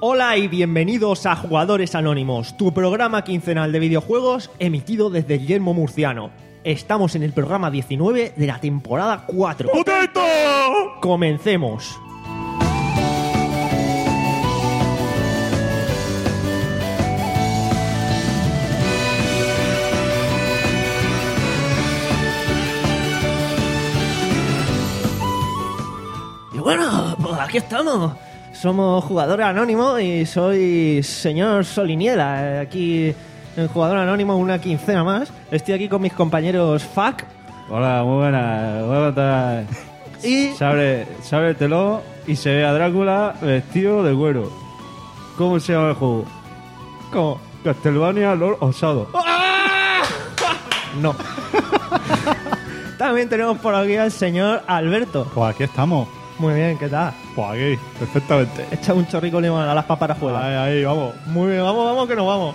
Hola y bienvenidos a Jugadores Anónimos, tu programa quincenal de videojuegos emitido desde el Yermo Murciano. Estamos en el programa 19 de la temporada 4. ¡Potato! Comencemos. Y bueno, pues aquí estamos. Somos jugador anónimo y soy señor Soliniela. eh, Aquí en jugador anónimo una quincena más. Estoy aquí con mis compañeros FAC Hola, muy buenas. Buenas tardes. y Se abre, se abre el telón y se ve a Drácula vestido de güero. ¿Cómo se llama el juego? como Castlevania Lord Osado. ¡Ah! no. También tenemos por aquí al señor Alberto. Pues aquí estamos. Muy bien, ¿qué tal? Pues aquí, perfectamente. Echa un chorrico limón a las paparajuelas. Ahí, ahí, vamos. Muy bien, vamos, vamos, que nos vamos.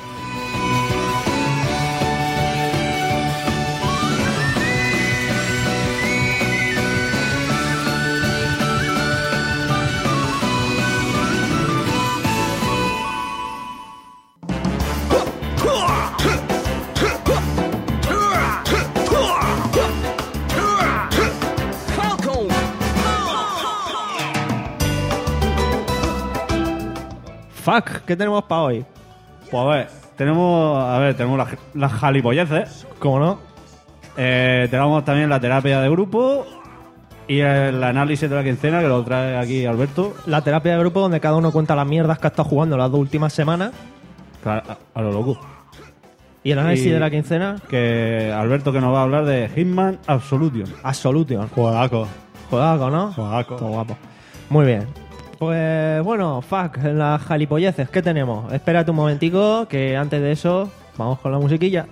Fuck, ¿qué tenemos para hoy? Pues a ver, tenemos, a ver, tenemos las, las jalipolleces. ¿Cómo no? Eh, tenemos también la terapia de grupo y el análisis de la quincena que lo trae aquí Alberto. La terapia de grupo donde cada uno cuenta las mierdas que ha estado jugando las dos últimas semanas. Claro, a, a lo loco. Y el análisis Y- de la quincena, Que Alberto que nos va a hablar de Hitman Absolution. Ah, Absolution. Juegaco. Juegaco, ¿no? Juegaco. Todo guapo. Muy bien. Pues bueno, fuck, las jalipolleces, ¿qué tenemos? Espérate un momentico, que antes de eso, vamos con la musiquilla.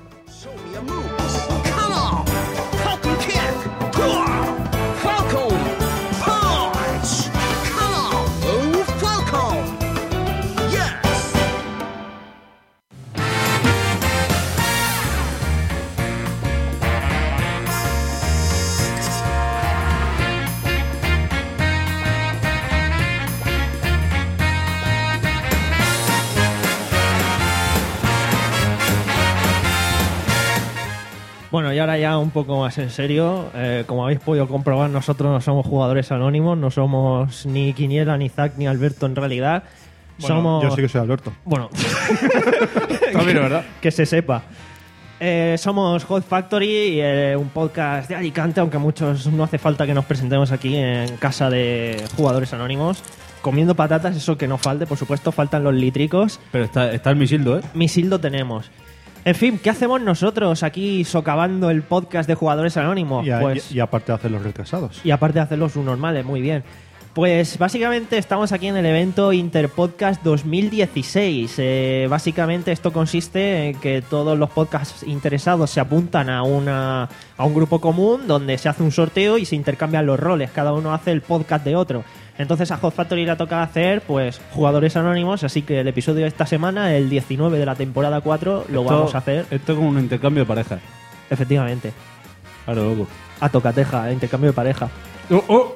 Bueno, y ahora ya un poco más en serio, eh, como habéis podido comprobar, nosotros no somos jugadores anónimos, no somos ni Quiniela, ni Zack, ni Alberto en realidad. Bueno, somos... Yo sí que soy Alberto. Bueno, También, ¿verdad? que se sepa. Eh, somos Hot Factory, eh, un podcast de Alicante, aunque muchos no hace falta que nos presentemos aquí en casa de jugadores anónimos. Comiendo patatas, eso que no falte, por supuesto, faltan los litricos. Pero está, está el misildo, ¿eh? Misildo tenemos. En fin, ¿qué hacemos nosotros aquí socavando el podcast de jugadores anónimos? Y, a- pues y- y aparte hacen los recasados. y aparte de hacer los normales, muy bien. Pues básicamente estamos aquí en el evento Interpodcast 2016. Eh, básicamente esto consiste en que todos los podcasts interesados se apuntan a, una, a un grupo común donde se hace un sorteo y se intercambian los roles. Cada uno hace el podcast de otro. Entonces a Hot Factory le toca hacer pues jugadores anónimos, así que el episodio de esta semana, el 19 de la temporada 4, lo Esto- vamos a hacer Esto es como un intercambio de parejas. efectivamente. Claro, loco. A tocateja, a intercambio de pareja. Oh,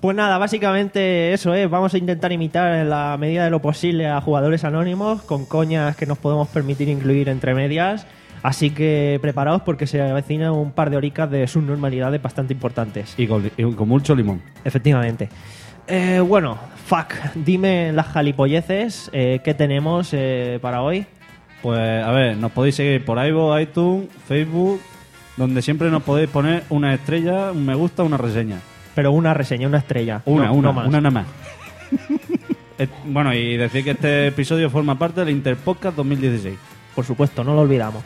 Pues nada, básicamente eso es. Vamos a intentar imitar en la medida de lo posible a jugadores anónimos con coñas que nos podemos permitir incluir entre medias. Así que preparaos porque se avecina un par de horicas de subnormalidades bastante importantes. Y con, y con mucho limón. Efectivamente. Eh, bueno, fuck, dime las jalipolleces eh, que tenemos eh, para hoy. Pues a ver, nos podéis seguir por iVoox, iTunes, Facebook, donde siempre nos podéis poner una estrella, un me gusta, una reseña. Pero una reseña, una estrella. Una, No- una, no más. una nada más. Et- bueno, y decir que este episodio forma parte del Interpodcast 2016. Por supuesto, no lo olvidamos.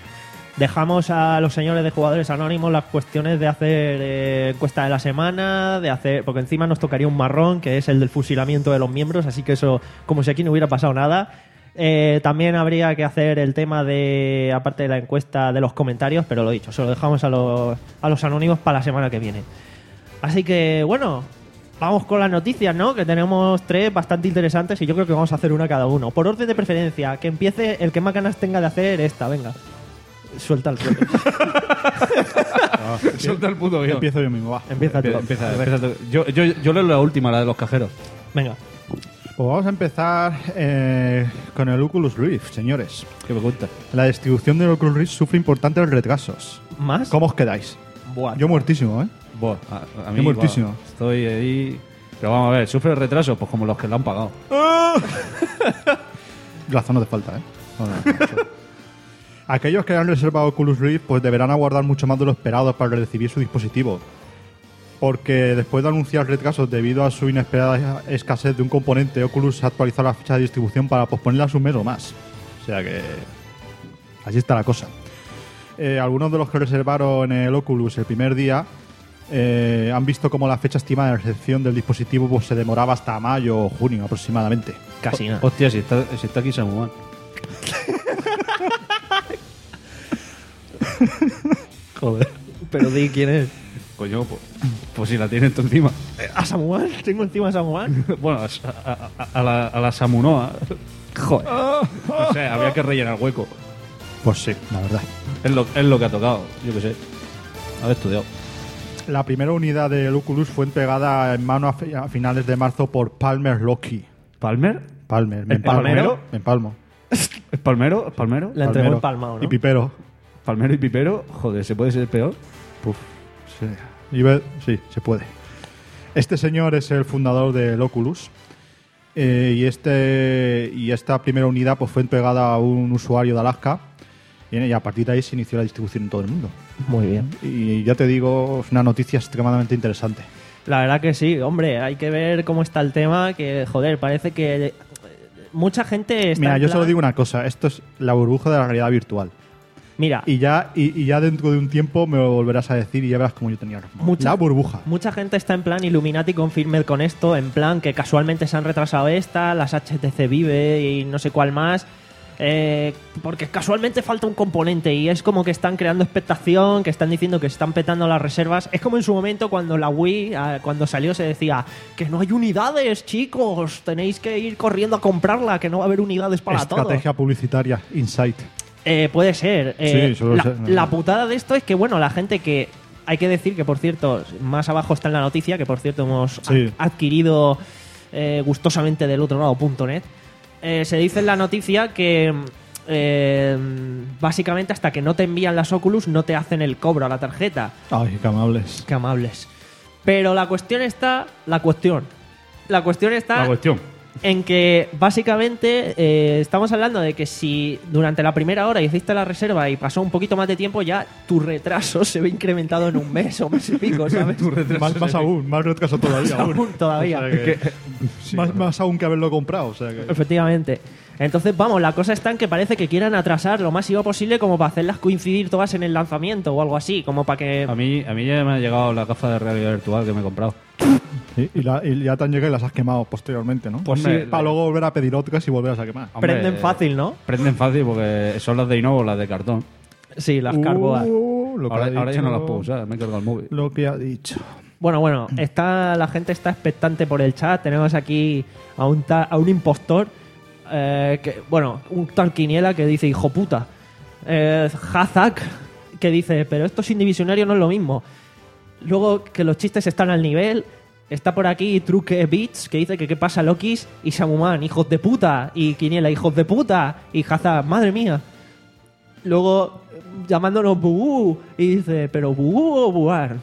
Dejamos a los señores de jugadores anónimos las cuestiones de hacer eh, encuesta de la semana, de hacer. Porque encima nos tocaría un marrón, que es el del fusilamiento de los miembros, así que eso, como si aquí no hubiera pasado nada. Eh, también habría que hacer el tema de, aparte de la encuesta, de los comentarios, pero lo dicho, se lo dejamos a los, a los anónimos para la semana que viene. Así que, bueno, vamos con las noticias, ¿no? Que tenemos tres bastante interesantes y yo creo que vamos a hacer una cada uno. Por orden de preferencia, que empiece el que más ganas tenga de hacer esta, venga. Suelta el suelo. Suelta el puto Empiezo yo mismo, va. Empieza tú. Empieza, empieza tú. Yo, yo, yo leo la última, la de los cajeros. Venga. Pues vamos a empezar eh, con el Oculus Rift, señores. Que me gusta. La distribución del Oculus Rift sufre importantes retrasos. ¿Más? ¿Cómo os quedáis? Buah. Yo muertísimo, ¿eh? Buah, a, a mí Qué muertísimo. buah, estoy ahí. Pero vamos a ver, sufre retraso, pues como los que lo han pagado. Glazo no te falta, ¿eh? No, no, no. Aquellos que han reservado Oculus Rift pues deberán aguardar mucho más de lo esperado para recibir su dispositivo, porque después de anunciar retrasos debido a su inesperada escasez de un componente, Oculus ha actualizado la fecha de distribución para posponerla a un mes o más. O sea que así está la cosa. Eh, algunos de los que reservaron el Oculus el primer día eh, han visto como la fecha estimada de recepción del dispositivo pues, se demoraba hasta mayo o junio aproximadamente. Casi nada. Hostia, si está, si está aquí Samuel. Joder. Pero di quién es. Coño, pues, pues si la tienes tú encima. Eh, ¿A Samuel? ¿Tengo encima a Samuel? Bueno, a, a- a- a la, a la Samunoa. Joder. No sé, había que rellenar hueco. Pues sí, la verdad. Es lo, es lo que ha tocado, yo qué sé. Haber estudiado. La primera unidad del Oculus fue entregada en mano a, fi- a finales de marzo por Palmer Lockheed. ¿Palmer? Palmer, me ¿El empalmo. ¿eh? palmero? Me empalmo. ¿Es palmero? ¿Es palmero? La entregó Palmero. el palmao, ¿no? Y Pipero. ¿Palmero y pipero? Joder, ¿se puede ser peor? Puf, sí. Y ve- sí, se puede. Este señor es el fundador del Oculus. eh, y, este, y esta primera unidad pues, fue entregada a un usuario de Alaska. Y y a partir de ahí se inició la distribución en todo el mundo. Muy bien. Y ya te digo, es una noticia extremadamente interesante. La verdad que sí, hombre, hay que ver cómo está el tema, que joder, parece que eh, mucha gente está Mira, en yo solo plan- digo una cosa, esto es la burbuja de la realidad virtual. Mira, Y ya, y, y ya dentro de un tiempo me lo volverás a decir y ya verás cómo yo tenía razón. Mucha- La burbuja. Mucha gente está en plan Illuminati confirmed con esto, en plan que casualmente se han retrasado esta, las HTC Vive y no sé cuál más. eh, porque casualmente falta un componente y es como que están creando expectación, que están diciendo que se están petando las reservas. Es como en su momento cuando la Wii, ah, cuando salió, se decía que no hay unidades, chicos, tenéis que ir corriendo a comprarla, que no va a haber unidades para todos. Estrategia publicitaria, insight. Eh, puede ser. Eh, Sí, solo la, sé. la putada de esto es que, bueno, la gente que. Hay que decir que, por cierto, más abajo está en la noticia, que por cierto hemos a- Sí. adquirido eh, gustosamente del otro lado.net. Eh, se dice en la noticia que. eh, básicamente, hasta que no te envían las Oculus, no te hacen el cobro a la tarjeta. Ay, qué amables. Qué amables. Pero la cuestión está. La cuestión. La cuestión está. La cuestión. en que básicamente eh, estamos hablando de que si durante la primera hora hiciste la reserva y pasó un poquito más de tiempo, ya tu retraso se ve incrementado en un mes o mes y pico, ¿sabes? Tu retraso Más, más se ve. aún, más retraso todavía. Aún, todavía. O sea que- Sí, más, bueno. más aún que haberlo comprado. O sea que, Efectivamente. Entonces, vamos, la cosa está en que parece que quieran atrasar lo máximo posible como para hacerlas coincidir todas en el lanzamiento o algo así, como para que... A mí, a mí ya me ha llegado la gafa de realidad virtual que me he comprado. Sí, y, la- y ya te han llegado y las has quemado posteriormente, ¿no? Pues sí, la- Para luego volver a pedir otras y volverlas a quemar. Hombre, Prenden eh, fácil, ¿no? Prenden fácil porque son las de Lenovo, las de cartón. Sí, las carboas. Uh, lo que Ahora, ha ahora ya no dicho- las puedo usar, me he cargado el móvil. Lo que ha dicho. Bueno, bueno, está, la gente está expectante por el chat. Tenemos aquí a un, ta- a un impostor, eh, que, bueno, un tal Quiniela que dice, hijo puta. Eh, Hazak, que dice, pero esto sin divisionario no es lo mismo. Luego que los chistes están al nivel. Está por aquí Truque Beats, que dice que qué pasa Lokis y Samuman, hijos de puta. Y Quiniela, hijos de puta. Y Hazak, madre mía. Luego eh, llamándonos Bubú y dice, pero Bubú o Buars.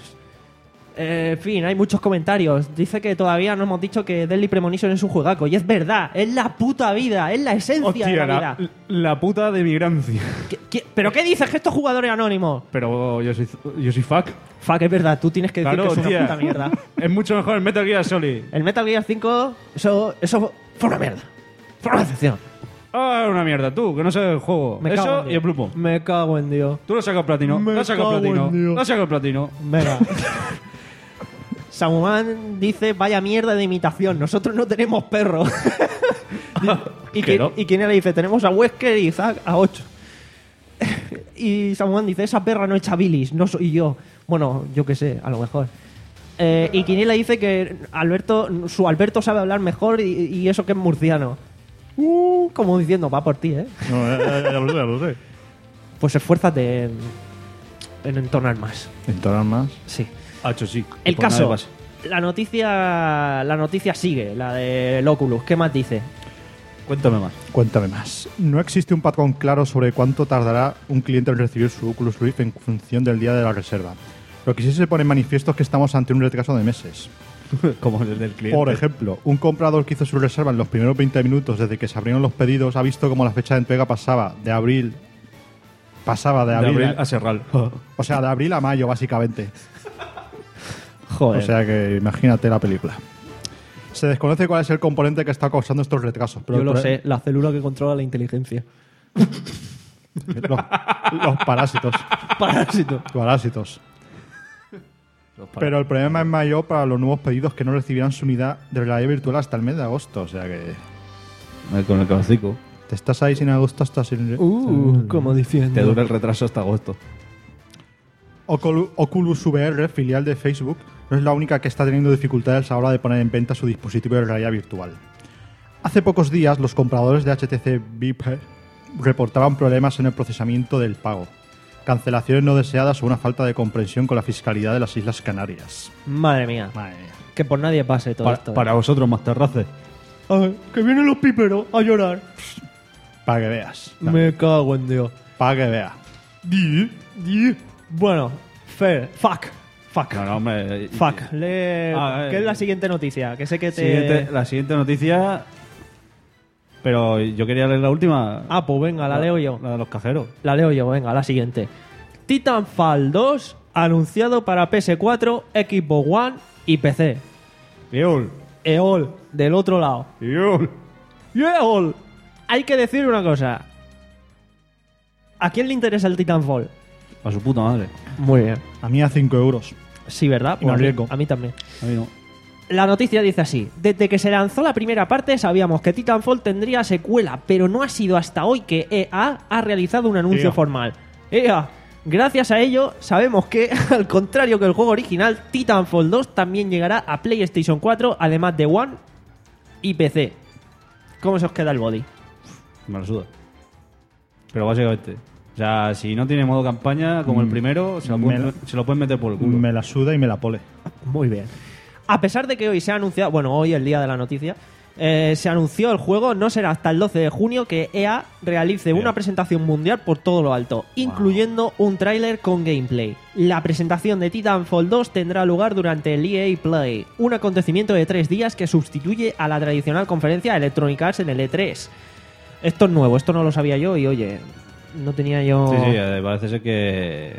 Eh, en fin, hay muchos comentarios. Dice que todavía no hemos dicho que Deadly Premonition es un juegaco. Y es verdad, es la puta vida, es la esencia de la, vida. puta de migrancia. ¿Qué- qué- ¿Pero qué dices que estos jugadores anónimos? Pero yo soy, yo soy fuck. Fuck, es verdad, tú tienes que decir Claro, que es una tía. puta mierda. Es mucho mejor el Metal Gear Solid. El Metal Gear 5, eso, eso fue una mierda. Fue una decepción. Ah, es una mierda, tú, que no sabes el juego. Me cago en Eso Dios. y el Blue Point. Me cago en Dios. Tú lo sacas platino, Me lo sacas cago en platino, Dios. lo sacas platino. Venga. Samuman dice, vaya mierda de imitación, nosotros no tenemos perro. y, Que quien- no. y quien le dice, tenemos a Wesker y Zack a 8. y Samuman dice, esa perra no echa bilis, no soy yo. Bueno, yo qué sé, a lo mejor. Eh, y Quiniela dice que Alberto, su Alberto sabe hablar mejor y, y eso que es murciano. Uh, como diciendo, va por ti, ¿eh? No, ya, ya- ya lo sé, ya lo sé. Pues esfuérzate en, en entonar más. Entonces más. Sí. Hacho, sí. El Pues nada, caso. pasa. La noticia, la noticia sigue, la del Oculus. ¿Qué más dice? Cuéntame más. Cuéntame más. No existe un patrón claro sobre cuánto tardará un cliente en recibir su Oculus Rift en función del día de la reserva. Lo que sí se pone en manifiesto es que estamos ante un retraso de meses. Como el del cliente. Por ejemplo, un comprador que hizo su reserva en los primeros 20 minutos desde que se abrieron los pedidos ha visto como la fecha de entrega pasaba de abril pasaba de de abril, abril a Serral. o sea, de abril a mayo básicamente. O Joder. sea que imagínate la película. Se desconoce cuál es el componente que está causando estos retrasos, pero yo lo por- sé, la célula que controla la inteligencia. Los, los parásitos, Parásito. parásitos. Pero el problema es mayor para los nuevos pedidos que no recibirán su unidad de realidad virtual hasta el mes de agosto, o sea que Eh, Con el calcico. te estás ahí sin agosto hasta sin Uh, como diciendo. Te dura el retraso hasta agosto. Oculu- Oculus VR, filial de Facebook, no es la única que está teniendo dificultades a la hora de poner en venta su dispositivo de realidad virtual. Hace pocos días, los compradores de HTC Vive reportaban problemas en el procesamiento del pago, cancelaciones no deseadas o una falta de comprensión con la fiscalidad de las Islas Canarias. Madre mía. Madre mía. Que por nadie pase todo Para, esto. ¿eh? para vosotros, más terraces. Ay, que vienen los piperos a llorar. Para que veas. Me cago en Dios. Para que veas. Bueno, Fer, fuck. Fuck. No, no, hombre. eh, Fuck. Le- Ah, eh. ¿Qué es la siguiente noticia? Que sé que te. Siguiente- la siguiente noticia. Pero yo quería leer la última. Ah, pues venga, la leo yo. La de los cajeros. La leo yo, venga, la siguiente. Titanfall 2 anunciado para PS4, Xbox One y PC. Yol. EOL, del otro lado. Yol. EOL. Hay que decir una cosa. ¿A quién le interesa el Titanfall? A su puta madre. Muy bien. A mí a 5 euros. Sí, ¿verdad? Y me a mí- arriesgo. a mí también. A mí no. La noticia dice así: Desde que se lanzó la primera parte, sabíamos que Titanfall tendría secuela, pero no ha sido hasta hoy que EA ha realizado un anuncio EA. formal. EA, gracias a ello, sabemos que, al contrario que el juego original, Titanfall 2 también llegará a PlayStation 4, además de One y PC. ¿Cómo se os queda el body? Me la suda. Pero básicamente. este. O sea, si no tiene modo campaña Mm. como el primero, se lo, me pueden, la- se lo pueden meter por el culo. Me la suda y me la pole. Muy bien. A pesar de que hoy se ha anunciado, bueno, hoy el día de la noticia, eh, se anunció el juego, no será hasta el 12 de junio que EA realice una presentación mundial por todo lo alto, incluyendo un tráiler con gameplay. La presentación de Titanfall 2 tendrá lugar durante el EA Play, un acontecimiento de tres días que sustituye a la tradicional conferencia Electronic Arts en el E3. Esto es nuevo, esto no lo sabía yo y oye, no tenía yo... Sí, sí, eh, parece ser que.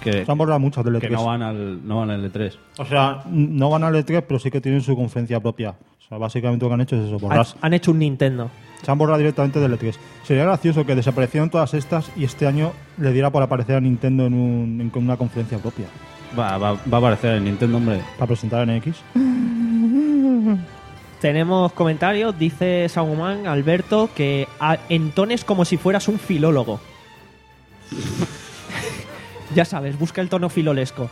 que Se han borrado muchas del Eh, que E3. no van al no van al E E3. O sea, no van al E3, pero sí que tienen su conferencia propia. O sea, básicamente lo que han hecho es eso, han, borrarse. han hecho un Nintendo. Se han borrado directamente del E3. Sería gracioso que desaparecieran todas estas y este año le diera por aparecer a Nintendo en, un- en una conferencia propia. Va, va, va a aparecer el Nintendo, hombre. Para presentar en X. Tenemos comentarios, dice Saguman Alberto que a- entones como si fueras un filólogo. ya sabes, busca el tono filolesco.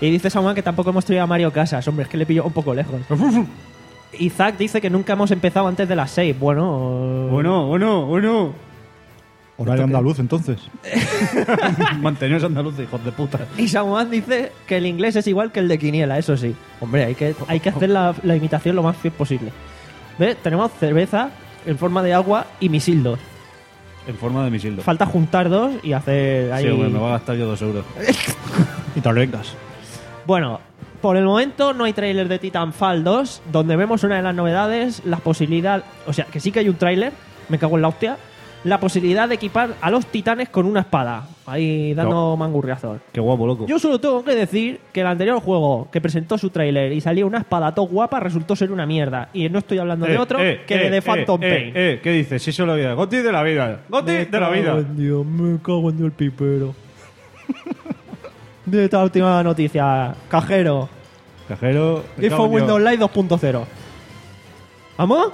Y dice Saguman que tampoco hemos traído a Mario Casas, hombre, es que le pilló un poco lejos. Isaac dice que nunca hemos empezado antes de las 6. Bueno, eh, Bueno, bueno, bueno. Horario andaluz, entonces. Mantenidos andaluces, hijos de puta. Y Saguman dice que el inglés es igual que el de Quiniela, eso sí. Hombre, hay que, hay que hacer la, la imitación lo más fiel posible. ¿Ves? Tenemos cerveza en forma de agua y misildos. En forma de misil. Falta juntar dos y hacer ahí. Eh. Sí, hombre, me va a gastar yo dos euros. Y tal vengas. Bueno, por el momento no hay tráiler de Titanfall 2, donde vemos una de las novedades, la posibilidad, o sea, que sí que hay un tráiler, me cago en la hostia, la posibilidad de equipar a los titanes con una espada, ahí dando mangurriazos. Qué guapo, loco. Yo solo tengo que decir que el anterior juego que presentó su tráiler y salía una espada todo guapa resultó ser una mierda. Y no estoy hablando Eh, de otro eh, que de eh, The eh, Phantom eh, Pain. eh, ¿Qué dices? Sí, solo la vida. Goti de la vida. Goti de la vida. Dios, me cago en Dios el pipero. de esta última noticia, cajero. Cajero. If for Windows Live 2.0. ¿Vamos?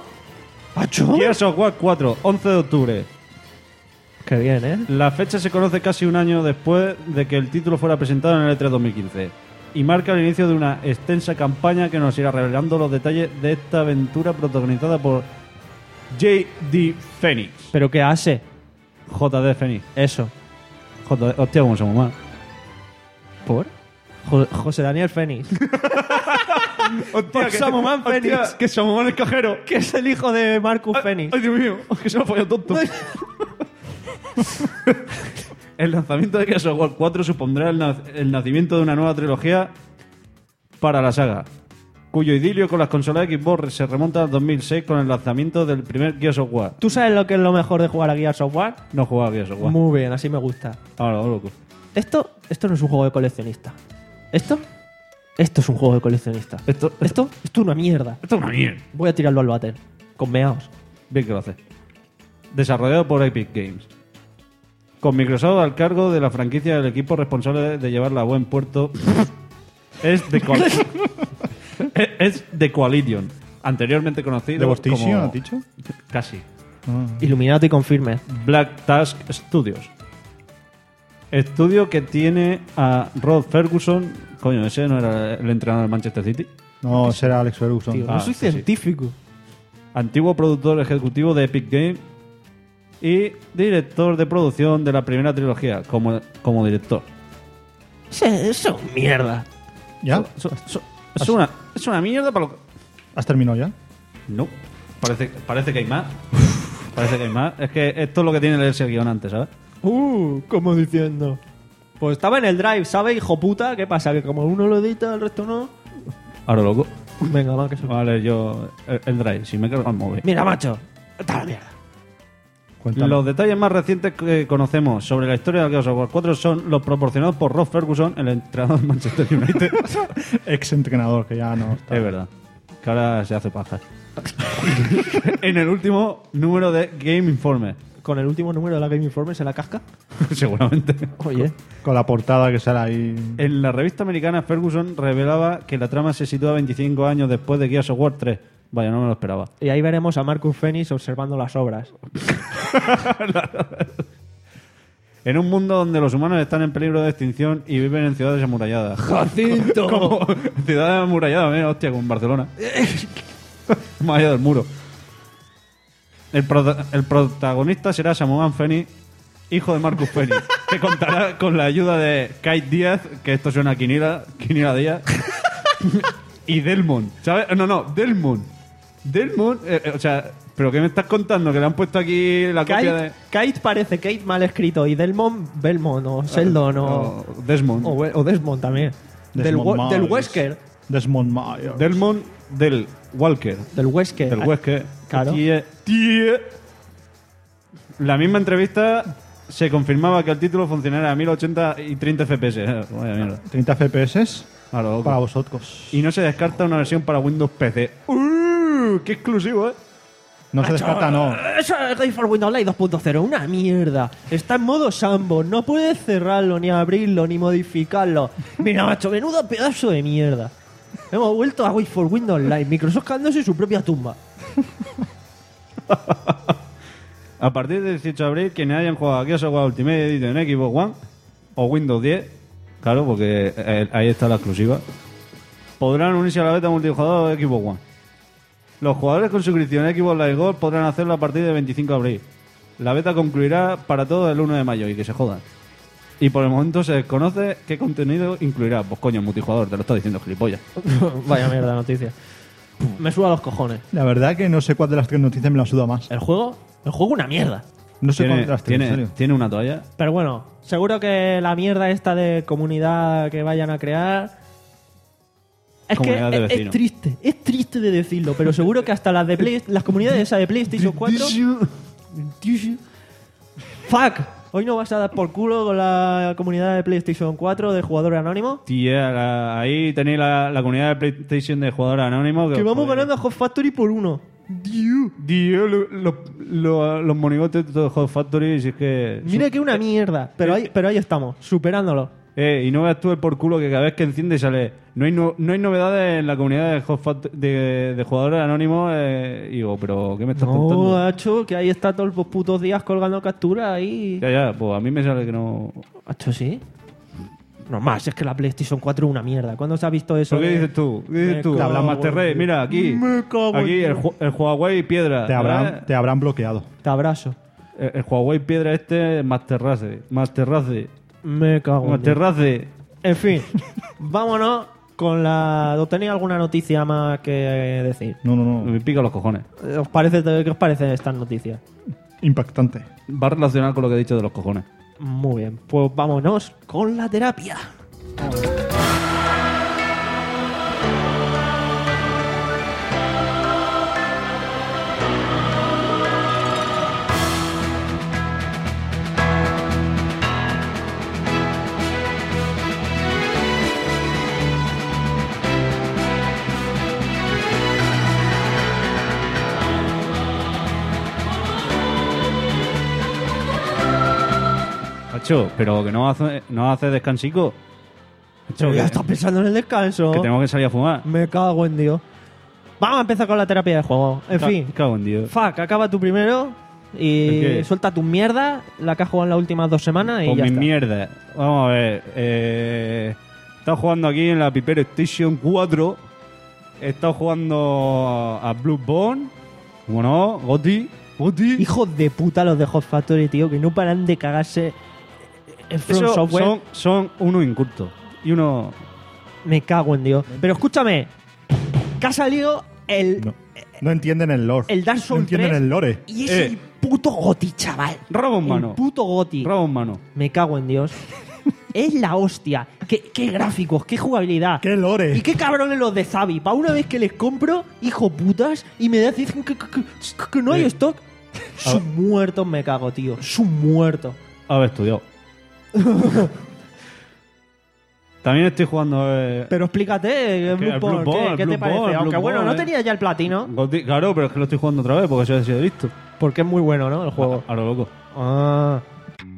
¿Pacho? Gears of War 4, 11 de octubre. Qué bien, ¿eh? La fecha se conoce casi un año después de que el título fuera presentado en el E E3 2015 y marca el inicio de una extensa campaña que nos irá revelando los detalles de esta aventura protagonizada por J.D. Phoenix. ¿Pero qué hace? J.D. Phoenix. Eso. J.D. Hostia, cómo somos mal. ¿Por? Jo- José Daniel Fénix. Hostia, que- hostia, Que somos mal el cajero. que es el hijo de Marcus Fénix. Ay, Dios mío, que se me ha fallado tonto. el lanzamiento de Gears of War 4 supondrá el, naz- el nacimiento de una nueva trilogía para la saga, cuyo idilio con las consolas Xbox se remonta al 2006 con el lanzamiento del primer Gears of War. ¿Tú sabes lo que es lo mejor de jugar a Gears of War? No jugaba Gears of War. Muy bien, así me gusta. Ahora, loco. Esto, esto no es un juego de coleccionista. ¿Esto? Esto es un juego de coleccionista. Esto- esto, esto es una mierda. Esto es una mierda. Voy a tirarlo al váter. Con meaos. Bien que lo hace. Desarrollado por Epic Games. Con Microsoft al cargo de la franquicia del equipo responsable de llevarla a buen puerto es de Coal- es- es The Coalition, anteriormente conocido ¿Devastation, como has dicho? casi Mm. Iluminado y confirme. Black Task Studios. Estudio que tiene a Rod Ferguson, coño, ese no era el entrenador del Manchester City. No, será Alex Ferguson. Tío, Ah, no soy sí, sí. científico. antiguo productor ejecutivo de Epic Games y director de producción de la primera trilogía como, como director. Eso Eso es mierda. ¿Ya? So- so- es, una, es una mierda para lo que- ¿Has terminado ya? No, parece, parece que hay más. parece que hay más. Es que esto es lo que tiene leerse el guión antes, ¿sabes? Uh, como diciendo. Pues estaba en el drive, ¿sabes, hijo puta? ¿Qué pasa? Que como uno lo edita, el resto no. Ahora loco. Venga, va, que se Vale, yo. El, el drive, si me cargo el móvil. Mira, macho. Está la mierda. Cuéntame. Los detalles más recientes que conocemos sobre la historia del Gears of War 4 son los proporcionados por Rob Ferguson, el entrenador de Manchester United. Ex entrenador, que ya no está. Es verdad. Que ahora se hace paja. en el último número de Game Informer. Con el último número de la Game Informer se la casca. Seguramente. Oye. Con la portada que sale ahí. En la revista americana Ferguson revelaba que la trama se sitúa 25 años después de Gears of War 3. Vaya, no me lo esperaba. Y ahí veremos a Marcus Fenix observando las obras. En un mundo donde los humanos están en peligro de extinción y viven en ciudades amuralladas. ¡Jacinto! Como ciudades amuralladas, mira, hostia, como en Barcelona. Más allá del muro. El, prota- el protagonista será Samuel Fenix, hijo de Marcus Fenix, que contará con la ayuda de Kate Díaz, que esto suena a Quinila, Quinila Díaz, y Delmon. ¿Sabes? No, no, Delmon. Del Moon, eh, eh, o sea, ¿pero qué me estás contando? Que le han puesto aquí la copia Kate, de. Kate parece Kate mal escrito y Delmon, Belmont o Sheldon o, o Desmond. o, We- o Desmond también. Del, Desmond Wa- del Miles. Wesker. Desmond Myers. Delmon del Walker. Del Wesker. Del Wesker. Eh, Claro. Tío, tío. La misma entrevista se confirmaba que el título funcionara a 1080 y 30 FPS. Eh, Vaya mierda. 30 FPS A lo loco. para vosotros. Y no se descarta una versión para Windows PC. ¡Uh! ¡Qué exclusivo, eh! No Ah, se descarta, no. Eso es Game for Windows Live 2.0, una mierda. Está en modo Sambo, no puedes cerrarlo, ni abrirlo, ni modificarlo. Mira, macho, menudo pedazo de mierda. Hemos vuelto a Game for Windows Live, Microsoft cagándose en su propia tumba. A partir del 18 de abril, quienes hayan jugado aquí a Software Ultimate Edition en Xbox One o Windows 10, claro, porque eh, ahí está la exclusiva, podrán unirse a la beta multijugador de Xbox One. Los jugadores con suscripción a Xbox Live Gold podrán hacerlo a partir del 25 de abril. La beta concluirá para todos el 1 de mayo y que se jodan. Y por el momento se desconoce qué contenido incluirá. Pues coño, multijugador, te lo está diciendo gilipollas. Vaya mierda de noticia. Me suda los cojones. La verdad que no sé cuál de las tres noticias me la suda más. El juego, el juego una mierda. No sé cuál Tiene, de las tres, en tiene, serio. tiene una toalla. Pero bueno, seguro que la mierda esta de comunidad que vayan a crear. Es que Comunidad de es, es vecinos. triste, es triste de decirlo, pero seguro que hasta las de Play- las comunidades esas de PlayStation 4. ¡Fuck! Hoy no vas a dar por culo con la comunidad de PlayStation 4 de jugadores anónimos. Tía, la- ahí tenéis la, la comunidad de PlayStation de jugadores anónimos. Que os vamos podéis- ganando a Hot Factory por uno. Dios, Dios, lo- lo- lo- los monigotes de Hot Factory, si es que... Mira que una mierda. Pero ahí, pero ahí estamos, superándolo. Eh, y no veas tú el por culo que cada vez que enciende sale... No hay, no, no hay novedades en la comunidad de, Hot Fact- de, de jugadores anónimos. eh, y digo, pero ¿qué me estás No, ah, contando? Hacho, Oh, que ahí está todos los putos días colgando capturas ahí. Ya, ya, pues a mí me sale que no... ¿Esto sí? No más, es que la PlayStation 4 es una mierda. ¿Cuándo se ha visto eso? ¿Pero qué de- dices tú? ¿Qué Me dices tú? cago La Master en- Race, mira, aquí. Eh, Me cago en Aquí, el, Dios. Ju- el Huawei Piedra. Te ¿verdad? habrán, te habrán bloqueado. Te abrazo. El, el Huawei Piedra este es Master Race. Master Race. Me cago en Master Dios. Race. En fin, vámonos con la... ¿O ¿Tenéis alguna noticia más que decir? No, no, no. Me pica los cojones. Eh, ¿Os parece, ¿Qué os parecen estas noticias? Impactante. Va relacionado con lo que he dicho de los cojones. Muy bien, pues vámonos con la terapia. Macho, pero que no hace, no hace descansico. Macho, que, Ya estás pensando en el descanso. que tenemos que salir a fumar. Me cago en Dios. Vamos a empezar con la terapia de juego. En Ca- fin, Cago en Dios. Fuck, acaba tú primero ¿El y qué? Pues suelta tu mierda, la que has jugado en las últimas dos semanas y Con ya mis está. mierdas. Vamos a ver. Eh, he estado jugando aquí en la Piper Station 4. He estado jugando a Blueborn. Como no, Goti. Goti. Hijos de puta los de Hot Factory, tío, que no paran de cagarse en From Eso Software. son, son unos incultos. Y uno. Me cago en Dios. Pero escúchame, que ha salido el, No, no entienden el lore. el Dark no Souls entienden 3 el lore. y es Eh. el puto Goti, chaval. Robo en El mano. puto Goti. Robo en mano. Me cago en Dios. es la hostia. Qué, qué gráficos, qué jugabilidad. ¡Qué lore! Y qué cabrones los de Zabi. Para una vez que les compro, hijo putas, y me dicen que, que- que- que no hay Eh. stock. Sus muertos me cago, tío. Sus muertos. Haber estudiado. También estoy jugando. eh, Pero explícate, eh, Que el Bloodborne, Blue ¿qué- Ball, ¿qué, te Blue parece? Ball, Aunque Blue bueno, Ball, no eh. tenía ya el platino. Gothic- claro, pero es que lo estoy jugando otra vez porque yo he sido listo. Porque es muy bueno, ¿no? El juego. A lo loco. Ah.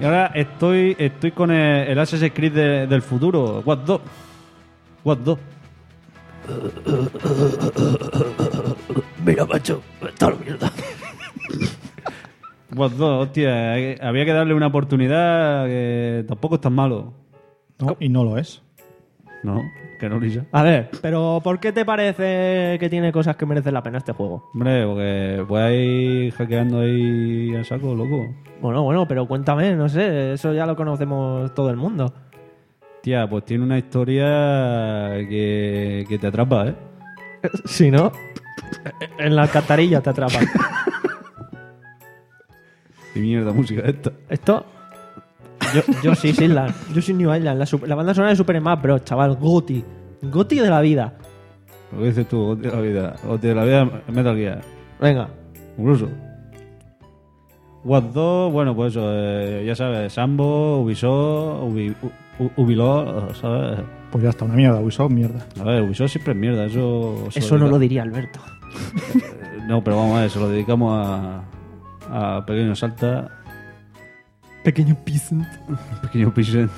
Y ahora estoy, estoy con el, el Assassin's Creed de- del futuro, What 2. What 2. Mira, macho, está la mierda. Vos dos, hostia, eh, había que darle una oportunidad que tampoco es tan malo. No, y no lo es. No, que no brilla. A ver, pero ¿por qué te parece que tiene cosas que merecen la pena este juego? Hombre, porque voy a ir hackeando ahí a saco, loco. Bueno, bueno, pero cuéntame, no sé, eso ya lo conocemos todo el mundo. Tía, pues tiene una historia que, que te atrapa, ¿eh? Si no, en la alcantarilla te atrapan. Y mierda música esta. Esto. Yo, yo soy Island. Yo soy New Island. La, su- la banda sonora de Super Smash Bros, chaval. Goti. Goti de la vida. Lo que dices tú, hostia, la vida. Hostia, la vida Metal Gear. Venga. Incluso. Watch 2, bueno, pues eso, eh, ya sabes, Sambo, Ubisoft, Ubi, U- U- Ubisoft, ¿sabes? Pues ya está, una mierda, Ubisoft, mierda. A ver, Ubisoft siempre es mierda, eso... se Eso no lo dedica- diría Alberto. No, pero vamos a ver, se lo dedicamos a, a Pequeño Salta, Pequeño peasant. Pequeño Pisen.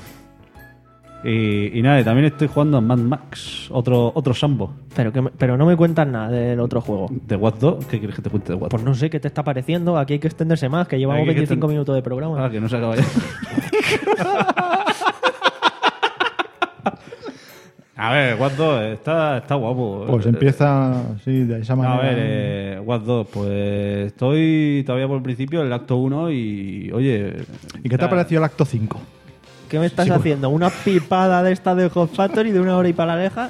Y, y nada, y también estoy jugando a Mad Max, otro, otro Sambo Pero, que me- pero no me cuentas nada del otro juego. de Watch 2. ¿Qué quieres que te cuente de Watch Pues no sé qué te está pareciendo. Aquí hay que extenderse más, que llevamos Aquí hay que 25 extend- minutos de programa. Ah, que no se acaba ya. A ver, Watch 2 está, está guapo. Pues Eh, empieza así, de esa manera. A ver, eh, Watch 2, pues estoy todavía por el principio del acto 1 y, oye... ¿Y qué te ha parecido el acto 5? ¿Qué me estás haciendo? ¿Una pipada de esta de Hot Factory de una hora y para aleja?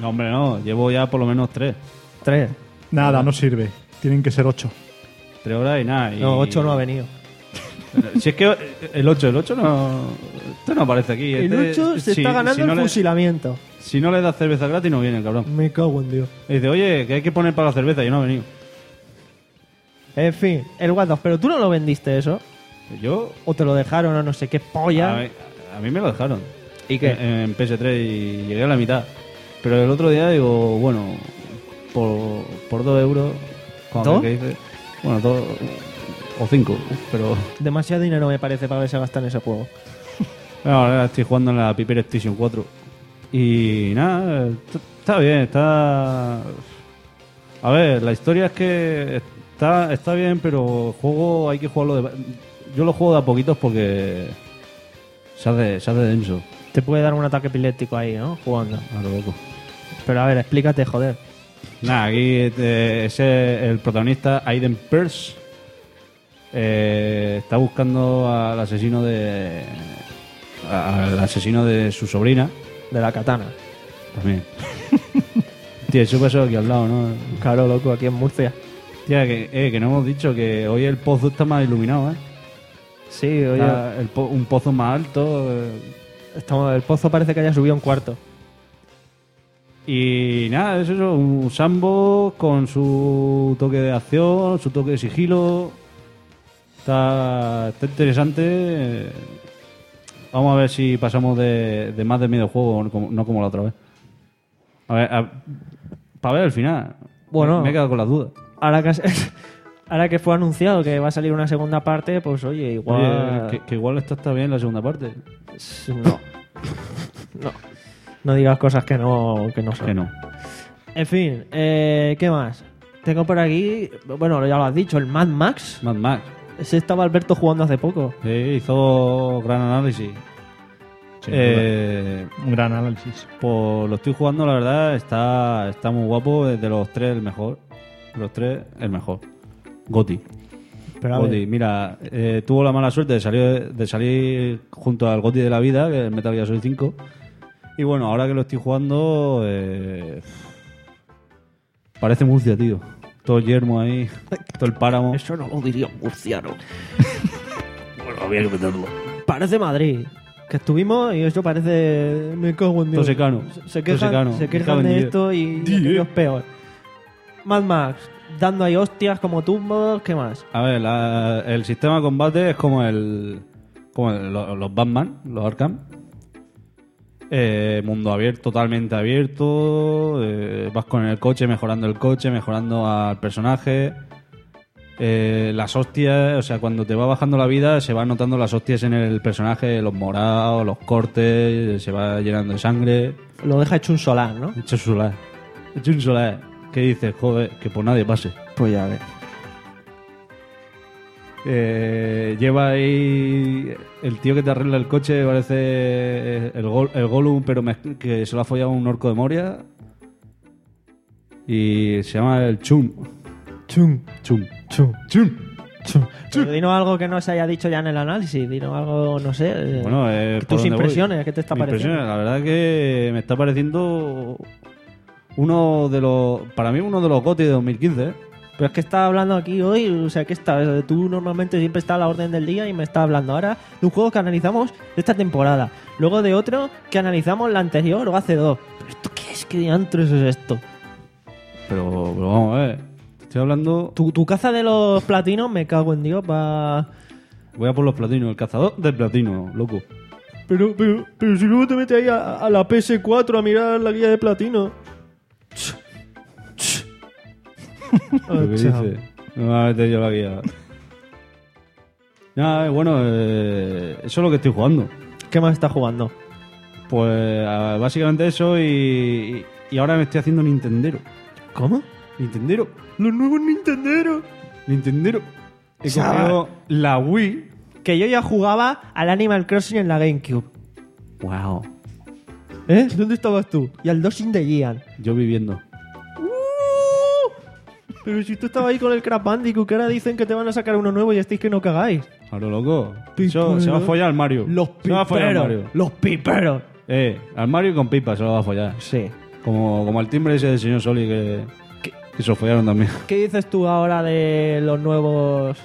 No, hombre, no. Llevo ya por lo menos 3. Tres. Nada, no sirve. Tienen que ser 8. 3 horas y nada. y- No, ocho no ha venido. Si es que eh, el 8, el 8 no... Esto no aparece aquí. El Este, 8 se si- está ganando si no el le- fusilamiento. Si no le das cerveza gratis no viene, cabrón. Me cago en Dios. Y dice, oye, que hay que poner para la cerveza. Yo no he venido. En fin, el Watch Dogs, pero tú no lo vendiste eso. Yo O te lo dejaron o no sé qué A, polla. mí, a mí me lo dejaron. ¿Y qué? En, en PS3 y llegué a la mitad. Pero el otro día digo, bueno, por, por dos euros. con ¿Dos? el Que dice, bueno, dos o cinco. Pero Demasiado dinero me parece para que se gasta en ese juego. bueno, ahora estoy jugando en la Piper Station 4. Y nada, t- está bien, está... A ver, la historia es que está, está bien, pero el juego hay que jugarlo de... Yo lo juego de a poquitos porque se hace, se hace denso. Te puede dar un ataque epiléptico ahí, ¿no? Jugando. A lo loco. Pero a ver, explícate, joder. Nada, aquí eh, ese, el protagonista, Aiden Pierce, eh, está buscando al asesino de. a- al asesino de su sobrina. De la katana. También. Tío, eso pasó aquí al lado, ¿no? Claro, loco, aquí en Murcia. Tía, que, eh, que no hemos dicho que hoy el pozo está más iluminado, ¿eh? Sí, oye. Está el po- un pozo más alto. eh, estamos- el pozo parece que haya subido un cuarto. Y nada, es eso, un sambo con su toque de acción, su toque de sigilo. Está, está interesante. Vamos a ver si pasamos de, de más de medio juego, no como, no como la otra vez. A ver, para ver el final. Bueno. Me, me he quedado con las dudas. Ahora que, has- ahora que fue anunciado que va a salir una segunda parte, pues oye, igual. Oye, que, que igual esta está bien la segunda parte. No. no. No digas cosas que no, que no son. Que no. En fin, eh, ¿qué más? Tengo por aquí, bueno, ya lo has dicho, el Mad Max. Mad Max. Ese estaba Alberto jugando hace poco. Sí, hizo gran análisis. Eh, Un gran análisis. Pues lo estoy jugando, la verdad, está, está muy guapo. De los tres, el mejor. De los tres, el mejor. Goti. Pero a Goti, ver, mira, eh, tuvo la mala suerte de salir, de salir junto al Goti de la vida, que es el Metal Gear Solid 5. Y bueno, ahora que lo estoy jugando, eh, parece Murcia, tío. Todo yermo ahí, todo el páramo. Eso no lo diría un murciano. bueno, había que meterlo. parece Madrid. Que estuvimos y eso parece. Me cago en Dios. Todo secano. Se- Se Todo quejan, secano. se Me quejan cago en eh. de diez. esto y aquello es peor. Mad Max, dando ahí hostias como tumbos, ¿qué más? A ver, la- el sistema de combate es como el. como el- lo- los Batman, los Arkham. Eh, mundo abierto, totalmente abierto. eh, vas con el coche, mejorando el coche, mejorando al personaje. Eh, las hostias, o sea, cuando te va bajando la vida, se van notando las hostias en el personaje, los morados, los cortes, se va llenando de sangre. Lo deja hecho un solar, ¿no? Hecho solar. Hecho un solar. que dices, joder, que por nadie pase. Pues ya ves. Eh, lleva ahí el tío que te arregla el coche, parece eh, el, gol, el Gollum, pero mez- que se lo ha follado un orco de Moria. Y se llama el Chum. Chum, Chum. chum, Chum. chum. Dino algo que no se haya dicho ya en el análisis. Dino algo, no sé. eh, Bueno, eh, ¿por tus dónde voy? impresiones, ¿qué te está Mis pareciendo? impresiones, la verdad que me está pareciendo uno de los. Para mí, uno de los gotis de 2015. ¿eh? Pero es que está hablando aquí hoy, o sea, que está, tú normalmente siempre estás a la orden del día y me estás hablando ahora de un juego que analizamos de esta temporada, luego de otro que analizamos la anterior o hace dos. ¿Pero esto qué es? ¿Qué diantres es esto? Pero, pero vamos a ver. Te estoy hablando. Tu, tu caza de los platinos, me cago en Dios, va... Voy a por los platinos, el cazador del platino, loco. Pero, pero, pero si luego te metes ahí a, a la PS4 a mirar la guía de platino. Ah, Lo que chao. dice. No me voy a meter yo la guía. Nada, eh, bueno, eh, eso es lo que estoy jugando. ¿Qué más estás jugando? Pues ah, básicamente eso y, y ahora me estoy haciendo Nintendero. ¿Cómo? Nintendero, Los nuevos Nintenderos. Nintendero. He comprado la Wii. Que yo ya jugaba al Animal Crossing en la GameCube. Wow. ¿Eh? ¿Dónde estabas tú? Y al Dosing de Gian. Yo viviendo. Pero si tú estabas ahí con el Crap Bandicoot, que ahora dicen que te van a sacar uno nuevo y estáis que no cagáis. Claro, loco. Pipero. Eso, se va a follar al Mario. Los Se va a follar al piperos. Mario. Los piperos. Eh, al Mario con pipa se lo va a follar. Sí. Como, como el timbre ese del señor Soli que, ¿Qué? que se lo follaron también. ¿Qué dices tú ahora de los nuevos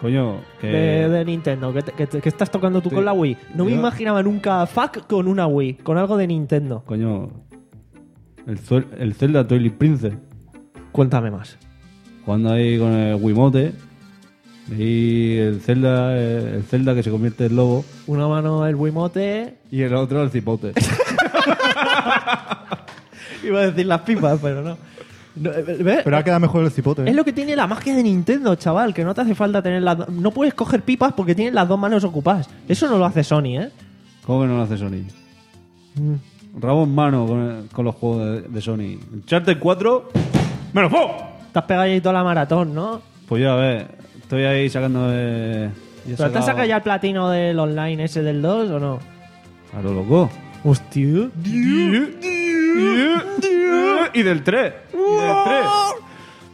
Coño, que... de, de Nintendo? Que, te- que te- que estás tocando tú Sí. con la Wii. No me Yo- imaginaba nunca a Fuck con una Wii, con algo de Nintendo. Coño. El, Zuel- el Zelda Toilet Princess. Cuéntame más. Jugando ahí con el Wiimote. Y el Zelda, eh, el Zelda que se convierte en lobo. Una mano el Wiimote. Y el otro el cipote. Iba a decir las pipas, pero no. No, eh, ¿ves? Pero ha quedado mejor el cipote. ¿eh? Es lo que tiene la magia de Nintendo, chaval, que no te hace falta tener las do- No puedes coger pipas porque tienes las dos manos ocupadas. Eso no lo hace Sony, ¿eh? ¿Cómo que no lo hace Sony? Rabo en mano con, con los juegos de, de Sony. Charter 4. ¡Me lo pongo! Te has pegado ahí toda la maratón, ¿no? Pues yo, a ver. Estoy ahí sacando de. ya ¿Pero he te has sacado- sacado ya el platino del online ese del 2 o no? A lo loco. Hostia. Y del 3. Y del 3.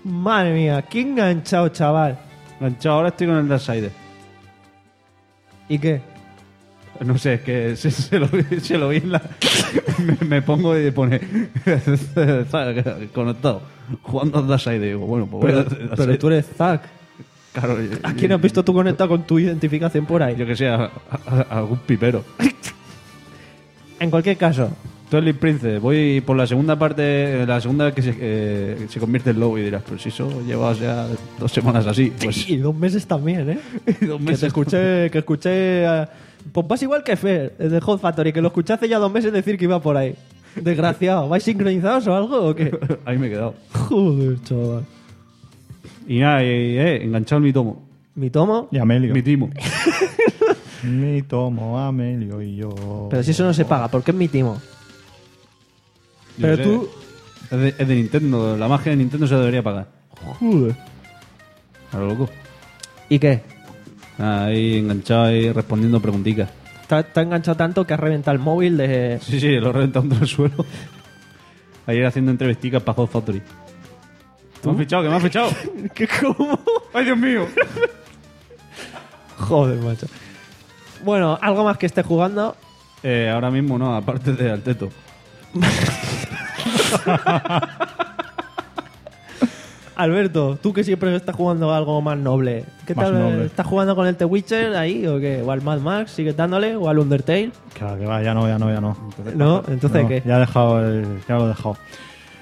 Madre mía, qué enganchado, chaval. Enganchado, ahora estoy con el Darksider. ¿Y qué? No sé, es que se, se lo, vi- se lo vi en la. me, me pongo y pone. conectado. Jugando al Darksider. Digo, bueno, pues. voy a hacer Darksider. eres Zack. Claro, yo- ¿A quién has visto tú conectado con tu identificación por ahí? Yo que sé, a, a- a algún pipero. En cualquier caso, Twilight Princess, voy por la segunda parte, la segunda vez que se, eh, se convierte en lobo y dirás, pero si eso llevas ya dos semanas así, pues y dos meses también, ¿eh? dos que meses. te escuché, que escuché. eh, pues vas igual que Fer, de Hot Factory, que lo escuché hace ya dos meses decir que iba por ahí. Desgraciado, ¿vais sincronizados o algo o qué? Ahí me he quedado. Joder, chaval. Y nada, y, eh, enganchado en mi tomo. Mi tomo. Y Amelio. Mi Mi, timo. tomo, Amelio y yo. Pero si eso no se paga, ¿por qué es mi timo? Yo Pero sé, tú- Es de, es de Nintendo, la magia de Nintendo se la debería pagar. Joder. A lo loco. ¿Y qué? Nada, ahí enganchado, ahí respondiendo preguntitas. Te te ha enganchado tanto que has reventado el móvil de. Sí, sí, lo he reventado contra el suelo. Ayer haciendo entrevisticas para Hot Factory. ¿Me has fichado? ¿Que me has fichado? ¿Qué, ¿Cómo? ¡Ay, Dios mío! Joder, macho. Bueno, algo más que esté jugando. Eh, ahora mismo no, aparte de Alteto. Alberto, tú que siempre estás jugando algo más noble. ¿Qué Más tal? noble. ¿Estás jugando con el The Witcher ahí o qué? ¿O al Mad Max? ¿Sigues dándole? ¿O al Undertale? Claro, que va, ya no, ya no, ya no. ¿No? Entonces, No, ¿qué? Ya, he dejado el- ya lo he dejado.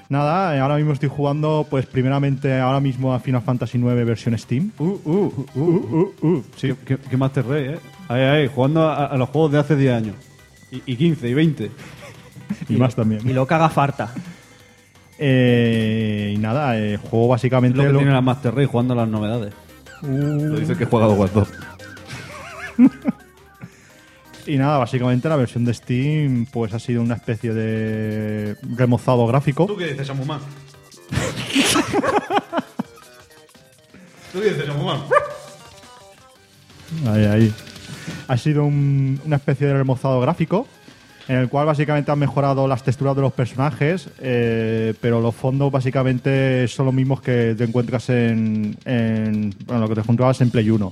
Nada, eh, ahora mismo estoy jugando, pues primeramente ahora mismo a Final Fantasy IX versión Steam. Uh, uh, uh, uh, uh, Sí. ¿Qué, qué, qué Master Race, eh? Ahí, ahí, jugando a, a los juegos de hace 10 años. Y, y 15, y 20. Y, más también. Y lo caga farta. Eh, y nada, eh, juego Es básicamente lo Uh. que lo- tiene la Master Race jugando a las novedades. Lo dice que juega a Watch 2. y nada, básicamente la versión de Steam pues ha sido una especie de remozado gráfico. qué dices, Samumán? Tú dices, Omumam. Ahí, ahí. Ha sido un- una especie de remozado gráfico en el cual básicamente han mejorado las texturas de los personajes, eh, pero los fondos básicamente son los mismos que te encuentras en, en- bueno, lo que te encontrabas en Play 1.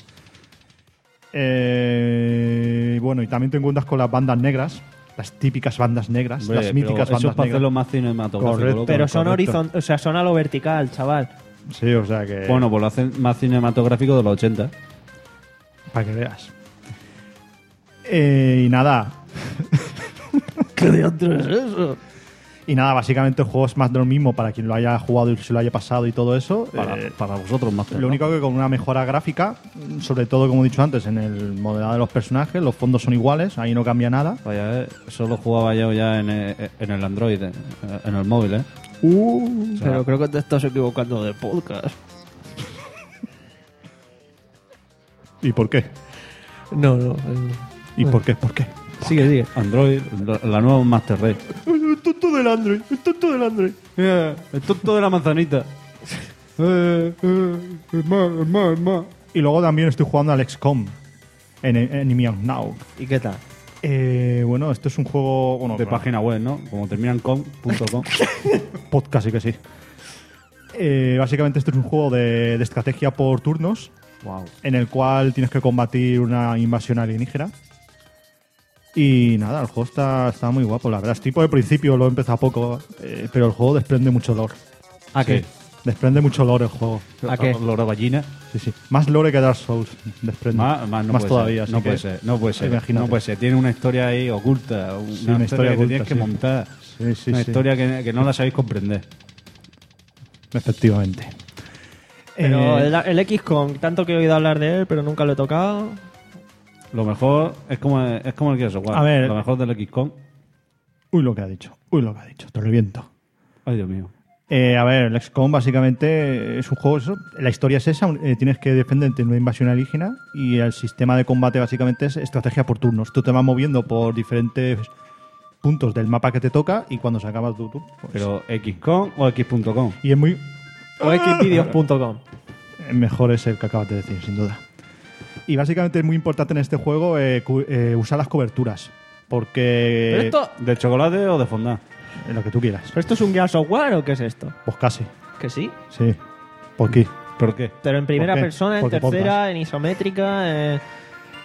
Eh, bueno, y también te encuentras con las bandas negras, las típicas bandas negras, Hombre, las pero míticas Eso es bandas para hacerlo negras. más cinematográfico. Correcto. loco. Pero son correcto. horizon, o sea, son a lo vertical, chaval. Sí, o sea que Bueno, pues lo hacen más cinematográfico de los 80. para que veas. Eh, y nada, ¿Qué diantres es eso? Y nora básicamente el juego es más de lo mismo para quien lo haya jugado y se lo haya pasado y todo eso. Para, Eh, para vosotros más lo único que con una mejora gráfica, mm, sobre todo como he dicho antes, en el modelado de los personajes, los fondos son iguales, ahí no cambia nada. Vaya, eh, solo jugaba yo ya en, eh, en el Android, eh, en el móvil, ¿eh? Uh, pero creo que te estás equivocando de podcast. ¿Y por qué? No, no. ¿Y por qué? ¿Por qué? Sigue, sigue. Android, la, la nueva Master Race. El tonto del Android, el tonto del Android. el tonto de la manzanita. Eh, Y luego también estoy jugando al XCOM, en en Enemy Now. Eh, ¿Y qué tal? bueno, esto es un juego bueno, de claro, página web, ¿no? Como terminan con, punto com. podcast, sí que sí. Eh, básicamente esto es un juego de- de estrategia por turnos. wow. en el cual tienes que combatir una invasión alienígena. Y nada, el juego está, está muy guapo, la verdad. Estoy por el principio, lo he empezado poco, eh, pero el juego desprende mucho lore. ¿A qué? Desprende mucho lore el juego. ¿A qué? Loro gallina. Sí, sí. Más lore que Dark Souls. Desprende. Más, más, no puede todavía. Ser. así No que- puede ser, no puede ser. Imagínate. No puede ser. Tiene una historia ahí oculta. Una, una historia, historia que oculta, tienes que sí. montar. Sí, sí, una sí. historia que, que no la sabéis comprender. Efectivamente. Pero Eh, el, el XCOM, tanto que he oído hablar de él, pero nunca lo he tocado. Eh, Lo mejor es como, es como el que A ver. Lo mejor del XCOM. Uy, lo que ha dicho. Uy, lo que ha dicho. Te reviento. Ay, Dios mío. Eh, a ver, el XCOM básicamente es un juego. eso, la historia es esa: un- eh, tienes que defenderte de una invasión alienígena y el sistema de combate básicamente es estrategia por turnos. Tú te vas moviendo por diferentes puntos del mapa que te toca y cuando se acaba tu turno. pues- Pero XCOM o X.com. y es muy O xvideos.com. eh, mejor es el que acabas de decir, sin duda. Y básicamente es muy importante en este juego eh, cu- eh, usar las coberturas. Porque. Pero esto- Ah. ¿De chocolate o de fondant? eh, Lo que tú quieras. ¿Pero esto es un Gears of War o qué es esto? Pues casi, Que sí. sí. Por aquí. ¿Por qué? Pero en primera ¿Por qué? persona, en Porque tercera, podcast. en isométrica. eh,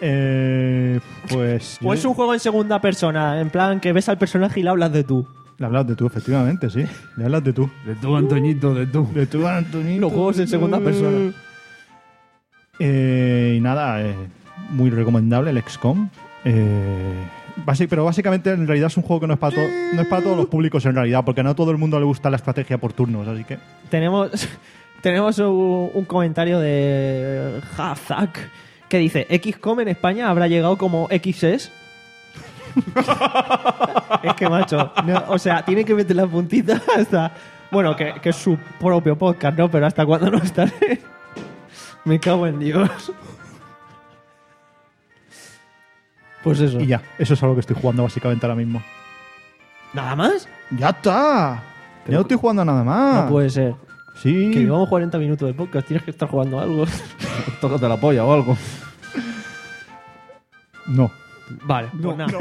Eh, pues. O es un juego en segunda persona, en plan que ves al personaje y le hablas de tú. Le hablas de tú, efectivamente, sí. Le hablas de tú. De tú, Antoñito, de tú. De tú, Antonio. Los juegos en segunda persona. Eh, y nada, eh, muy recomendable el XCOM. Eh, basi- pero básicamente en realidad es un juego que no es, para to- no es para todos los públicos en realidad, porque no a todo el mundo le gusta la estrategia por turnos, así que... Tenemos, tenemos un, un comentario de Hazak que dice: XCOM en España habrá llegado como XS. es que, macho, no, o sea, tiene que meter la puntita hasta. Bueno, que, que es su propio podcast, ¿no? Pero hasta cuándo no estaré. Me cago en Dios. Pues eso. Y ya, eso es algo que estoy jugando básicamente ahora mismo. ¿Nada más? ¡Ya está! Ya no estoy jugando a nada más. No puede ser. Ah. Sí. Que llevamos 40 minutos de podcast, tienes que estar jugando algo. Tócate la polla o algo. No. Vale, pues nada.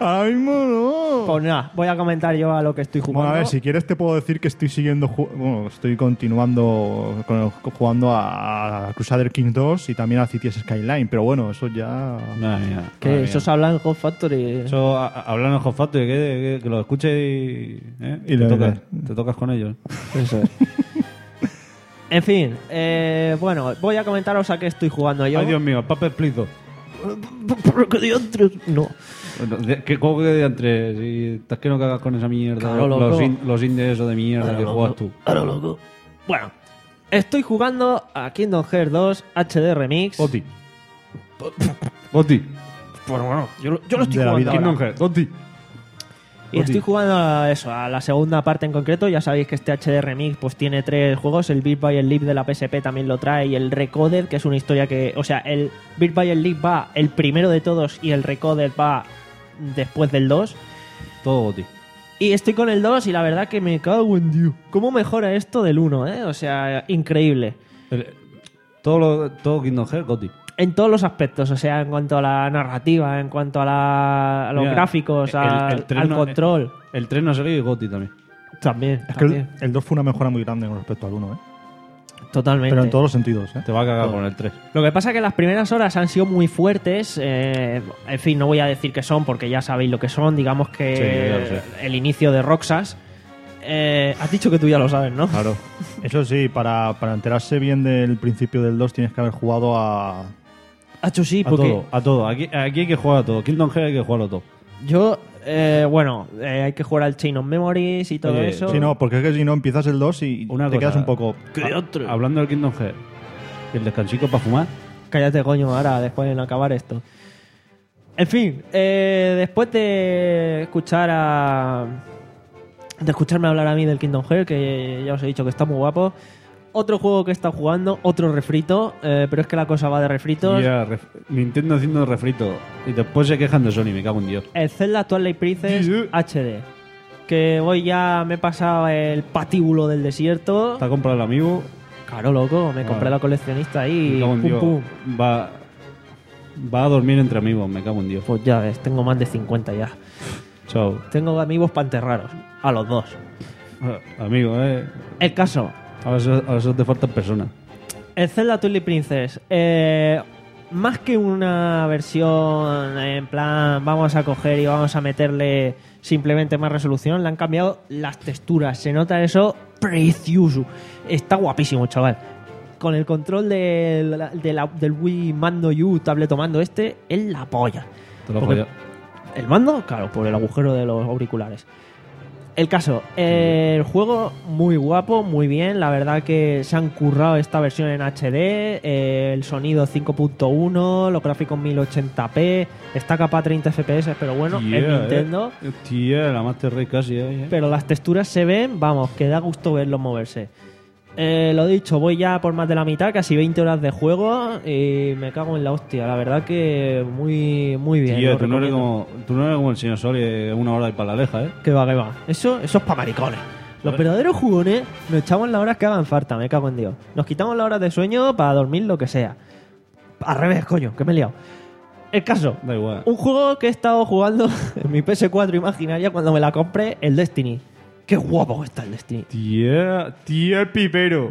Ahora mismo no. Pues nada, voy a comentar yo a lo que estoy jugando. Bueno, a ver, si quieres te puedo decir que estoy siguiendo, ju- bueno, estoy continuando con el- jugando a Crusader King 2 y también a Cities Skyline, pero bueno, eso ya... Madre mía. madre Que mía. eso se habla en Hot Factory. Eso, a- a- hablar en el Hot Factory, que, que, que lo escuches y, ¿eh? te, Y lo- tocas, te tocas con ellos. Eso es. en fin, eh, bueno, voy a comentaros a qué estoy jugando yo. Ay, Dios mío, el Paper Please 2. ¿Pero qué diantres? No. Bueno, de- ¿Qué juego que de entre? Si estás que no cagas con esa mierda. Claro, loco. los, in- los indies esos de mierda que juegas tú. Ahora loco. Bueno, estoy jugando a Kingdom Hearts 2 HD Remix. Oti. Oti. Bueno, bueno, yo, lo- yo lo estoy De la jugando. vida. ahora. Kingdom Hearts, Oti. Y estoy jugando a eso, a la segunda parte en concreto. Ya sabéis que este HD Remix pues tiene tres juegos. El Beat by el Leap de la PSP también lo trae. Y el Recoded, que es una historia que... O sea, el Beat by el Leap va el primero de todos y el Recoded va después del 2. Todo Oti. Y Y estoy con el 2 y la verdad que me cago en Dios. ¿Cómo mejora esto del 1, eh? O sea, increíble. El- todo, lo- todo Kingdom Hearts, Gothic. En todos los aspectos, o sea, en cuanto a la narrativa, en cuanto a, la- a los Mira, gráficos, el- al, el tren al no- control. El tren no ha salido y Gothic también. También, eh, Es que el, también. el 2 fue una mejora muy grande con respecto al 1, ¿eh? totalmente. Pero en todos los sentidos, ¿eh? Te va a cagar Todo. con el 3. Lo que pasa es que las primeras horas han sido muy fuertes. eh, en fin, no voy a decir que son porque ya sabéis lo que son. Digamos que Sí, ya lo sé. el inicio de Roxas. Eh, has dicho que tú ya lo sabes, ¿no? Claro. Eso sí, para, para enterarse bien del principio del 2 tienes que haber jugado a... Hacho sí, A porque todo, a todo. Aquí, aquí hay que jugar a todo. Kingdom Hearts hay que jugarlo todo. yo, eh, bueno, eh, hay que jugar al Chain of Memories y todo Oye, eso. Sí, no, porque es que eh, si no empiezas el 2 y Una te cosa. quedas un poco... Ha- Hablando del Kingdom Hearts, el descansico para fumar. Cállate, coño, ahora, después de acabar esto. En fin, eh, después de escuchar a. de escucharme hablar a mí del Kingdom Hearts, que ya os he dicho que está muy guapo. Otro juego que he estado jugando, otro refrito, eh, pero es que la cosa va de refritos. Ya, ref- Nintendo haciendo refrito. Y después se quejan de Sony, me cago en Dios. El Zelda Twilight Princess Yeah. HD. Que hoy ya me he pasado el patíbulo del desierto. Está comprado el amigo. Claro, loco, me compré Vale. la coleccionista y me cago en pum Dios. pum. Va, va a dormir entre amigos, me cago en Dios. Pues ya ves, tengo más de 50 ya. Chao. Tengo amigos panterraros, a los dos. Ah. Amigo, eh. El caso, Ahora solo, ahora solo te faltan personas. el Zelda Twilight Princess, eh, más que una versión eh, en plan vamos a coger y vamos a meterle simplemente más resolución, le han cambiado las texturas, se nota eso precioso. Está guapísimo, chaval. Con el control del, de la- del Wii Mando U, tableto mando este, es la polla. Te lo Porque- joya. ¿El mando? Claro, por el agujero de los auriculares. El caso, eh, el juego muy guapo, muy bien. La verdad que se han currado esta versión en HD, eh, el sonido 5.1, los gráficos 1080p, está capa 30 FPS, pero bueno, es Yeah, Nintendo. eh. Hostia, la Master Race casi, eh. Pero las texturas se ven, vamos, que da gusto verlos moverse. Eh, lo dicho, voy ya por más de la mitad, casi 20 horas de juego y me cago en la hostia. La verdad que muy, muy bien. Tío, lo tú no, eres recomiendo. como, tú no eres como el señor Sol, eh, una hora y para la aleja, ¿eh? Que va, que va. Eso, eso es para maricones. Los verdaderos jugones nos echamos las horas que hagan falta, me cago en Dios. Nos quitamos las horas de sueño para dormir lo que sea. Al revés, coño, que me he liado. El caso, Da igual. un juego que he estado jugando en mi PS4 imaginaria cuando me la compré, el Destiny. Qué guapo está el Destiny. Tía, tía el pipero.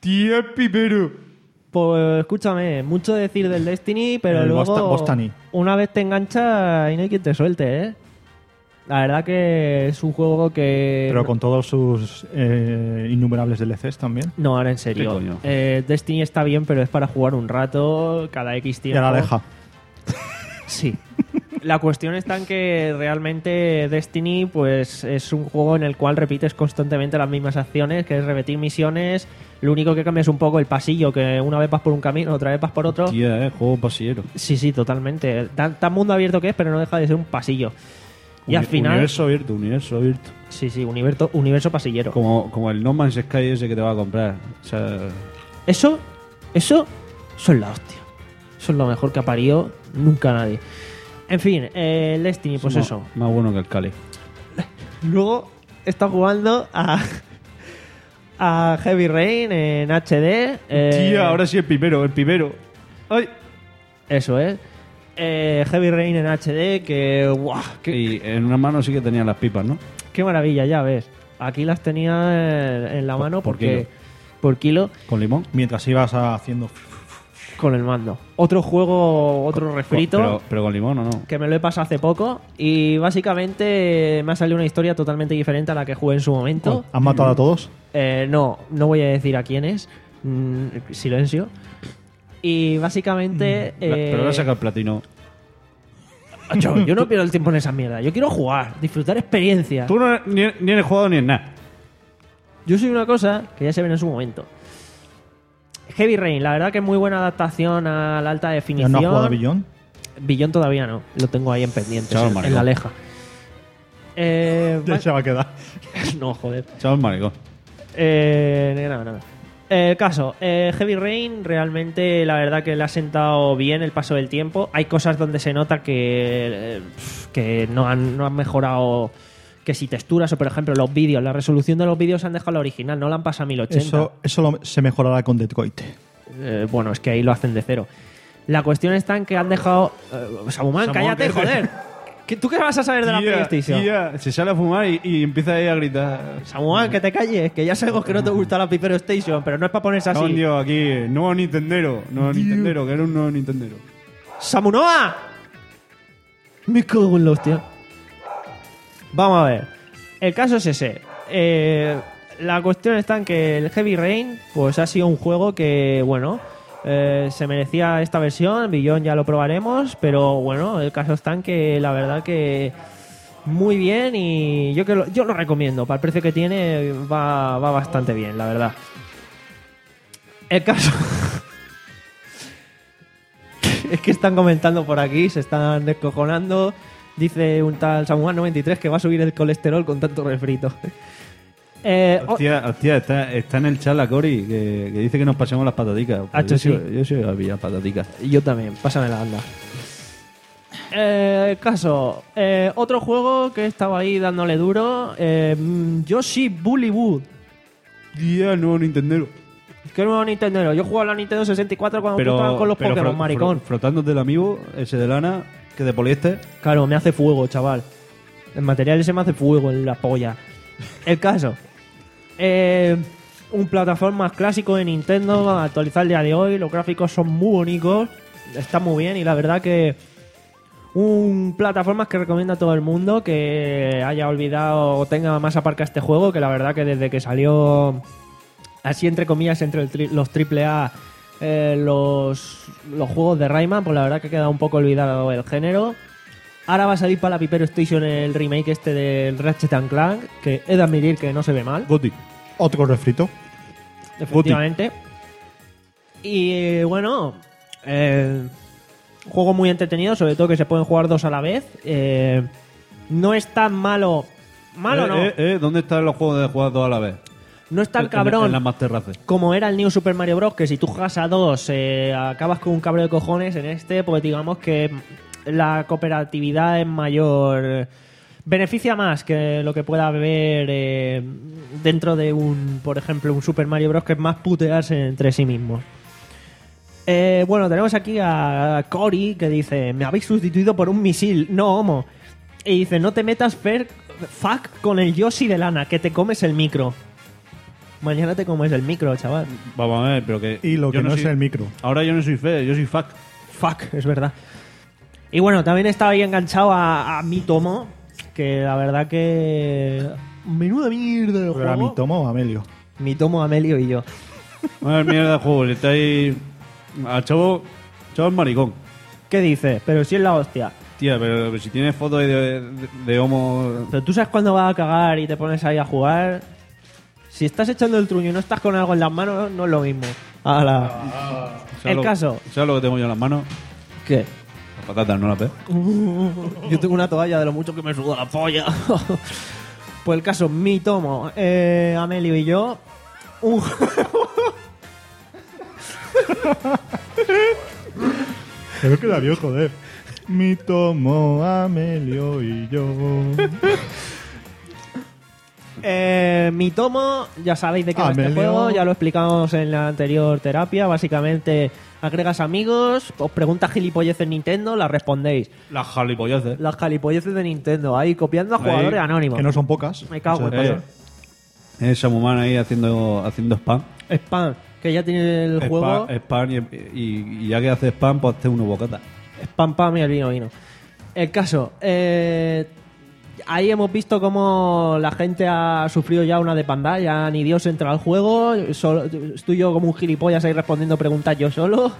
Tía el pipero. Pues escúchame, mucho decir del Destiny, pero El luego Bosta- Bostani. una vez te engancha y no hay quien te suelte, ¿eh? La verdad que es un juego que... Pero con todos sus eh, innumerables DLCs también. No, ahora en ¿Qué serio. coño? Eh, Destiny está bien, pero es para jugar un rato, cada X Y tiempo. ahora deja. Sí. La cuestión está en que realmente Destiny pues es un juego en el cual repites constantemente las mismas acciones, que es repetir misiones. Lo único que cambia es un poco el pasillo, que una vez vas por un camino, otra vez vas por otro. Tía, eh, juego pasillero. Sí, sí, totalmente. Tan, tan mundo abierto que es, pero no deja de ser un pasillo. Y al Uni- final... Universo abierto, universo abierto. Sí, sí, universo, universo pasillero. Como, como el No Man's Sky ese que te va a comprar. O sea, Eso, eso son la hostia. Eso es lo mejor que ha parido nunca nadie. En fin, eh, el Destiny, pues más- eso. Más bueno que el Cali. Luego está jugando a, a Heavy Rain en HD. eh, Tía, ahora sí el pipero, el pipero. Ay. Eso es. Eh, Heavy Rain en HD, que. ¡Guau! Qué, Y en una mano sí que tenía las pipas, ¿no? qué maravilla, ya ves. Aquí las tenía en, en la mano por porque. kilo. Por kilo Con limón. Mientras ibas haciendo... con el mando. Otro juego, otro refrito. Pero, pero con limón o no. que me lo he pasado hace poco y básicamente me ha salido una historia totalmente diferente a la que jugué en su momento. ¿Has matado a todos? Eh, no, no voy a decir a quién es. Mm, silencio. Y básicamente... Mm, La- eh, Pero ahora saca el platino. yo, yo no pierdo el tiempo en esa mierda. Yo quiero jugar, disfrutar experiencia. Tú no eres- ni, ni eres jugador ni en nada. Yo soy una cosa que ya se ve en su momento. Heavy Rain, la verdad que es muy buena adaptación a la alta ¿Ya definición. no has jugado a Billón? Billón todavía no, lo tengo ahí en pendientes, Chaval, en- en maricón. la leja. Eh, Ya se va a quedar. no, joder. Chaval maricón. Eh, nada, nada. El caso, eh, Heavy Rain realmente la verdad que le ha sentado bien el paso del tiempo. Hay cosas donde se nota que, eh, pf, que no, han, no han mejorado que si texturas o, por ejemplo, los vídeos, la resolución de los vídeos han dejado la original, no la han pasado a 1080. Eso, eso lo- se mejorará con Detroit. Eh, bueno, es que ahí lo hacen de cero. La cuestión está en que han dejado. eh, Samuman, Samuel, cállate, que- joder. ¿Qué- ¿Tú qué vas a saber de la Tía, PlayStation? tía, se sale a fumar y, y empieza ahí a gritar. Samuel, que te calles, que ya sabemos que no te gusta la Pipero Station, pero no es para ponerse No, así. tío, aquí, eh, nuevo Nintendero, nuevo Nintendero, que era un nuevo Nintendero. ¡Samunoa! Me cago en la hostia. Vamos a ver. El caso es ese. Eh, la cuestión está en que el Heavy Rain pues ha sido un juego que, bueno, eh, se merecía esta versión. Billón ya lo probaremos, pero bueno, el caso está en que la verdad que muy bien y yo, que lo, yo lo recomiendo. Para el precio que tiene va, va bastante bien, la verdad. El caso... es que están comentando por aquí, se están descojonando. Dice un tal Samuel 93 que va a subir el colesterol con tanto refrito. Eh, o- Hostia, hostia, está, está en el chat la Cori, que, que dice que nos pasemos las pataticas. Pues Ah, yo, tú sí. soy, yo soy a pillar pataticas. Yo también, pásame la banda. Eh, caso, eh, otro juego que estaba ahí dándole duro, eh, mm, Yoshi Bully Wood. Tía, nuevo Nintendero. Que nuevo Nintendo. Yo jugaba la Nintendo 64 cuando tú estabas con los pero Pokémon, fro- maricón. fro- frotándote el amigo, ese de lana, que de poliéster. Claro, me hace fuego, chaval. El material ese me hace fuego en la polla. El caso. Eh, un plataforma clásico de Nintendo, actualizar el día de hoy. Los gráficos son muy bonitos. Está muy bien y la verdad que... Un plataformas que recomienda a todo el mundo que haya olvidado o tenga más aparca este juego, que la verdad que desde que salió así entre comillas entre el tri- los triple A eh, los, los juegos de Rayman, pues la verdad que queda un poco olvidado el género. Ahora va a salir para la Pipero Station el remake este del Ratchet and Clank, que he de admitir que no se ve mal, Gothic. Otro refrito. efectivamente. Y eh, bueno, eh, un juego muy entretenido, sobre todo que se pueden jugar dos a la vez. Eh, no es tan malo. Malo Eh, no. eh, eh, ¿Dónde están los juegos de jugar dos a la vez? no es tan En- en- cabrón. En, las más terrazas. como era el New Super Mario Bros. Que si tú juegas a dos, eh, acabas con un cabreo de cojones en este, pues digamos que la cooperatividad es mayor. Beneficia más que lo que pueda haber eh, dentro de un, por ejemplo, un Super Mario Bros. que es más putearse entre sí mismo. Eh, bueno, tenemos aquí a Cory que dice: Me habéis sustituido por un misil, no homo. Y dice: No te metas, Fer, fuck, con el Yoshi de lana, que te comes el micro. Mañana te comes el micro, chaval. Vamos a ver, pero que. Y lo yo que no, es soy- el micro. Ahora yo no soy fe, yo soy fuck. Fuck, es verdad. Y bueno, también estaba ahí enganchado a, a mi tomo, que la verdad que. Menuda mierda de Pero era mi juego. tomo o Amelio. Mi tomo, Amelio y yo. Madre mierda de juego, le estáis. Al chavo. Chavo es maricón. ¿Qué dices? Pero si es la hostia. Tía, pero si tienes fotos ahí de, de- de homo. Pero tú sabes cuándo vas a cagar y te pones ahí a jugar. Si estás echando el truño y no estás con algo en las manos, no es lo mismo. Ala. ¿sabes El lo- caso. ¿Sabes lo que tengo yo en las manos? ¿Qué? Las patatas, ¿no las ves? Yo tengo una toalla de lo mucho que me suda la polla. pues el caso, mi tomo, eh, Amelio y yo, un Creo que la vio, joder. Mi tomo, Amelio y yo. Eh, mi tomo, ya sabéis de qué va este Amelio. juego, ya lo explicamos en la anterior terapia. Básicamente, agregas amigos, os preguntas gilipolleces Nintendo, las respondéis. Las jalipollaces. Las gilipolleces de Nintendo, ahí copiando a Ahí, jugadores anónimos. Que no son pocas. Me cago O en sea, todo. eh, Esa mumana ahí haciendo, haciendo spam. Spam, que ya tiene el spam, juego. spam y, y- y ya que hace spam, pues hace uno bocata. Spam, pam y el vino, vino. El caso, eh, ahí hemos visto cómo la gente ha sufrido ya una depanda, ya ni Dios entra al juego, solo, estoy yo como un gilipollas ahí respondiendo preguntas yo solo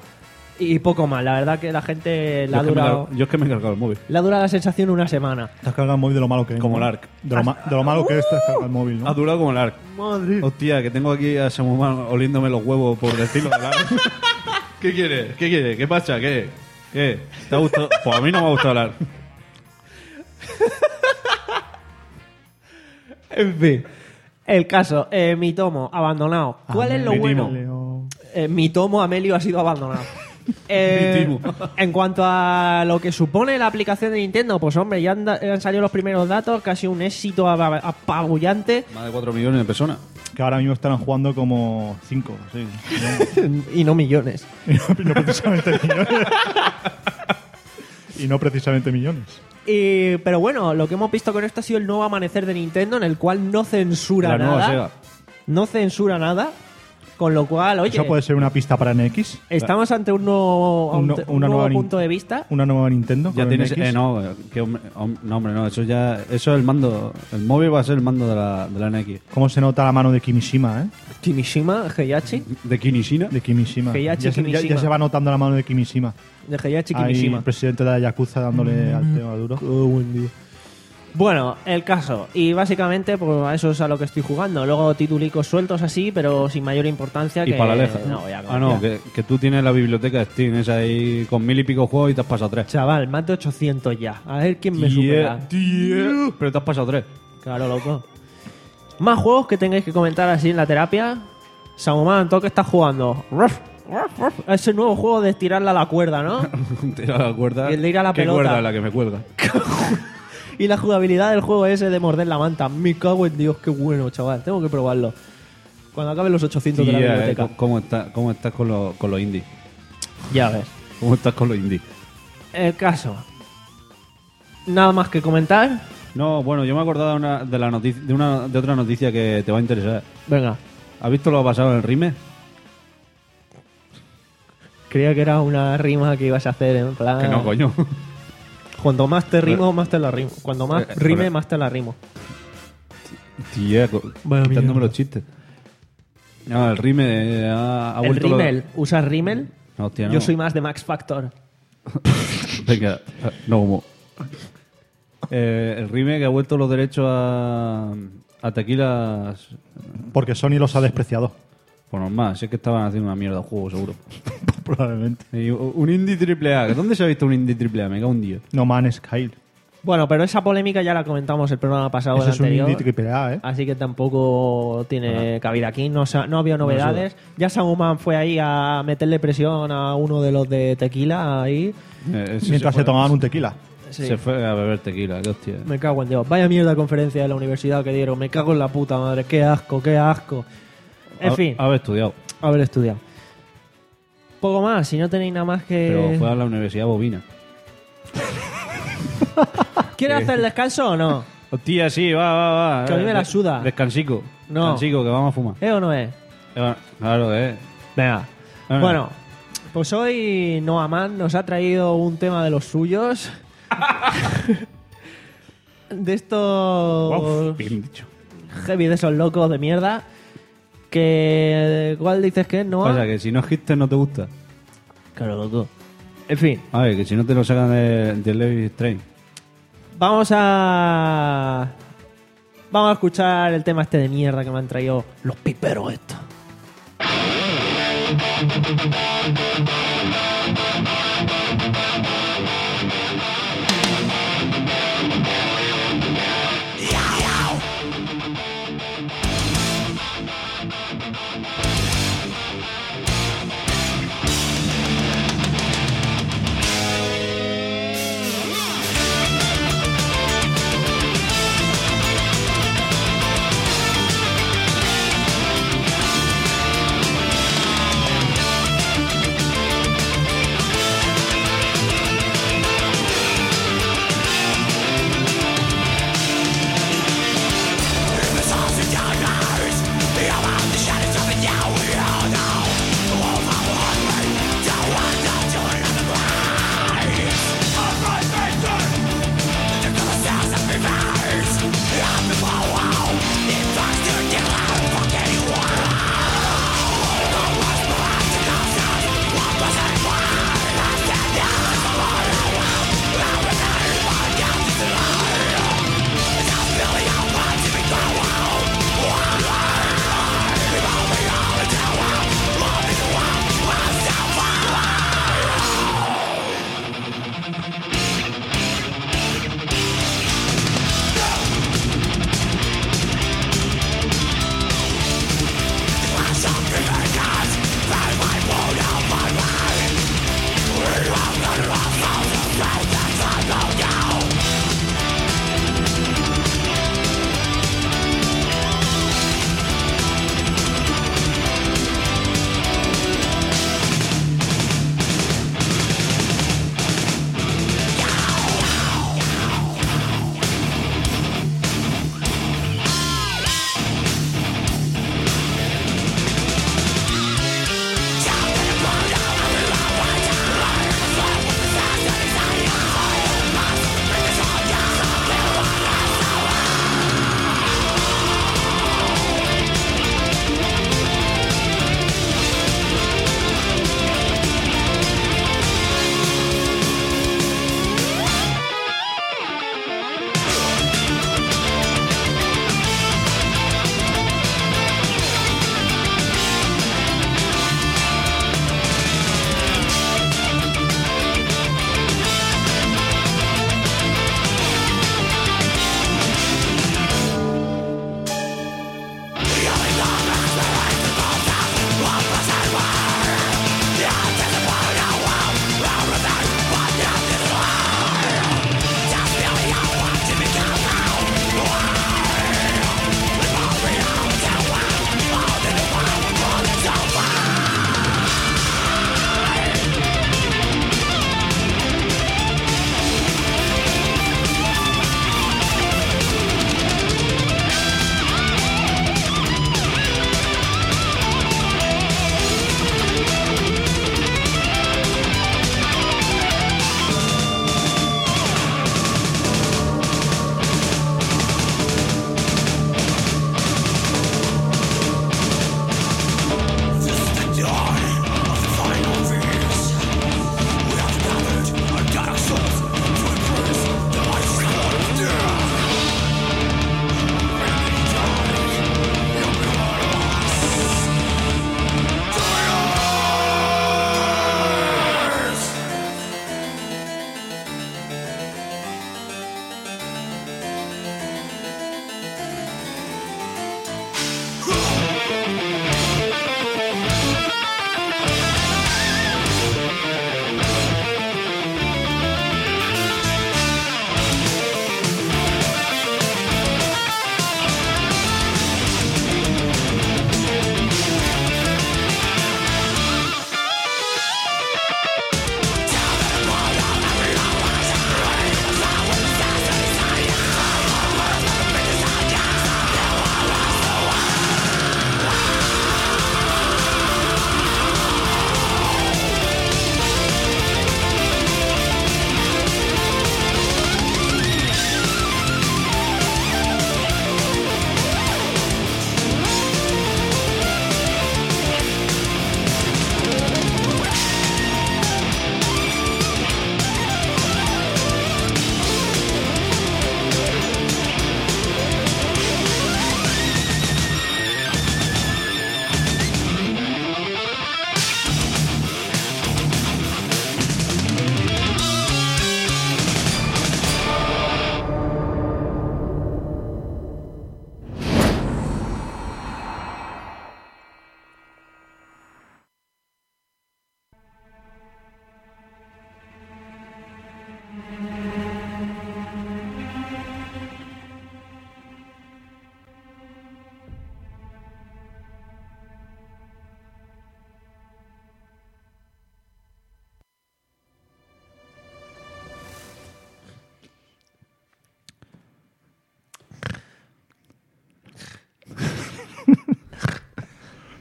y poco más. La verdad que la gente la ha yo, es que me he durado, car- yo es que me he cargado el móvil. la dura la sensación una semana. Te has cargado el móvil de lo malo que es. Como ¿no? el Ark. De lo, ma- de lo malo que es, te has cargado el móvil, Ha ¿no? durado como el arc. Hostia, que tengo aquí a Samuman oliéndome los huevos por decirlo. ¿verdad? ¿Qué quieres? ¿Qué quieres? ¿Qué pasa? ¿Qué? ¿Qué? ¿Te ha gustado? Pues a mí no me ha gustado el arc. En fin, el caso, Ah, eh, mi tomo, abandonado. ¿Cuál es lo bueno? Ah, Amelio. Eh, mi tomo Amelio ha sido abandonado. Eh, Mi timo. en cuanto a lo que supone la aplicación de Nintendo, pues hombre, ya han, da- han salido los primeros datos, casi un éxito aba- apabullante. Más de 4 millones de personas. Que ahora mismo estarán jugando como 5, sí. y no millones. Y no precisamente millones. y no precisamente millones. Y- pero bueno, lo que hemos visto con esto ha sido el nuevo amanecer de Nintendo, en el cual no censura La nueva nada. Sega. No censura nada. Con lo cual, oye, Eso puede ser una pista para NX. estamos ante un nuevo, Un no- ante un una nuevo nueva Nin- punto de vista. Una nueva Nintendo. Ya con tienes. NX. Eh, no, eh, qué hombre, hom- no, hombre, no. Eso ya. Eso es el mando. El móvil va a ser el mando de la, de la NX. ¿Cómo se nota la mano de Kimishima, eh? Kimishima, Heihachi. De Kinishina. De Kimishima. Heihachi ya, se, ya- ya Kimishima. se va notando la mano de Kimishima. De Heihachi Ahí Kimishima. Mm. el presidente de la Yakuza dándole al tema duro. Bueno, el caso. Y básicamente, pues a eso es a lo que estoy jugando. Luego titulicos sueltos así, pero sin mayor importancia Y que. para Aleja. No, ya, ah, no, ya. que, que tú tienes la biblioteca de Steam, esa ahí con mil y pico juegos y te has pasado tres. Chaval, más de 800 ya. A ver quién me Die- supera. eh, die- Pero te has pasado tres. Claro, loco. Más juegos que tengáis que comentar así en la terapia. Samuman, ¿tú qué estás jugando? Ruf, ruf, ruf. Ese nuevo juego de estirarla a la cuerda, ¿no? Tira la cuerda. Y el de ir a la ¿Qué pelota. cuerda es la que me cuelga? y la jugabilidad del juego ese de morder la manta. Me cago en Dios, qué bueno, chaval. Tengo que probarlo. Cuando acaben los 800 de la Tía, eh, biblioteca. ¿Cómo estás cómo estás con, los- con los indies? Ya ves. ¿Cómo estás con los indies? El caso. Nada más que comentar. No, bueno, yo me he acordado de, una, de, la noticia, de, una, de otra noticia que te va a interesar. Venga. ¿Has visto lo pasado en el Rime? Creía que era una rima que ibas a hacer en plan. Que no, coño. Cuanto más te rimo, más te la rimo. Cuanto más Eh, eh, rime, hola. más te la rimo. Tía, co- Vaya quitándome mierda. los chistes. No, el Rime eh, ha, ha el vuelto... lo- rímel. ¿Usas rímel? No, hostia, no. Yo soy más de Max Factor. Venga, no humo. Eh, el Rime que ha vuelto los derechos a, a tequilas... Porque Sony los ha despreciado. Por normal, si es que estaban haciendo una mierda de juego, seguro. Probablemente. Y un indie triple A. ¿Dónde se ha visto un indie triple A? Me cago un dios. No Man's Sky. Bueno, pero esa polémica ya la comentamos el programa pasado o Ese el es un anterior. Ah, indie triple A, ¿eh? Así que tampoco tiene cabida aquí. No, sa- no había novedades. ya Samuman fue ahí a meterle presión a uno de los de tequila ahí. Eh, ese Mientras fue- se tomaban un tequila. Sí. Se fue a beber tequila, qué hostia. Me cago en Dios. Vaya mierda de conferencia de la universidad que dieron. Me cago en la puta madre. Qué asco, qué asco. En Ha- fin, Haber estudiado. haber estudiado. Poco más, si no tenéis nada más Pero que. fue a la Universidad Bovina. ¿Quieres hacer el descanso o no? Hostia, sí, va, va, va. Que a mí me la Eh, suda. Descansico. No. Descansico, que vamos a fumar. ¿Eh o no es? Eh, Claro, eh. Venga. Ah. Bueno, pues hoy Noaman nos ha traído un tema de los suyos. de estos Bien dicho. heavy de esos locos de mierda. Que. ¿Cuál dices que es, Noah? Pasa que si no hipster no te gusta. Claro, loco. En fin, A ver, que si no te lo sacan de, de Levi Train. vamos a. Vamos a escuchar el tema este de mierda que me han traído los piperos estos. Thank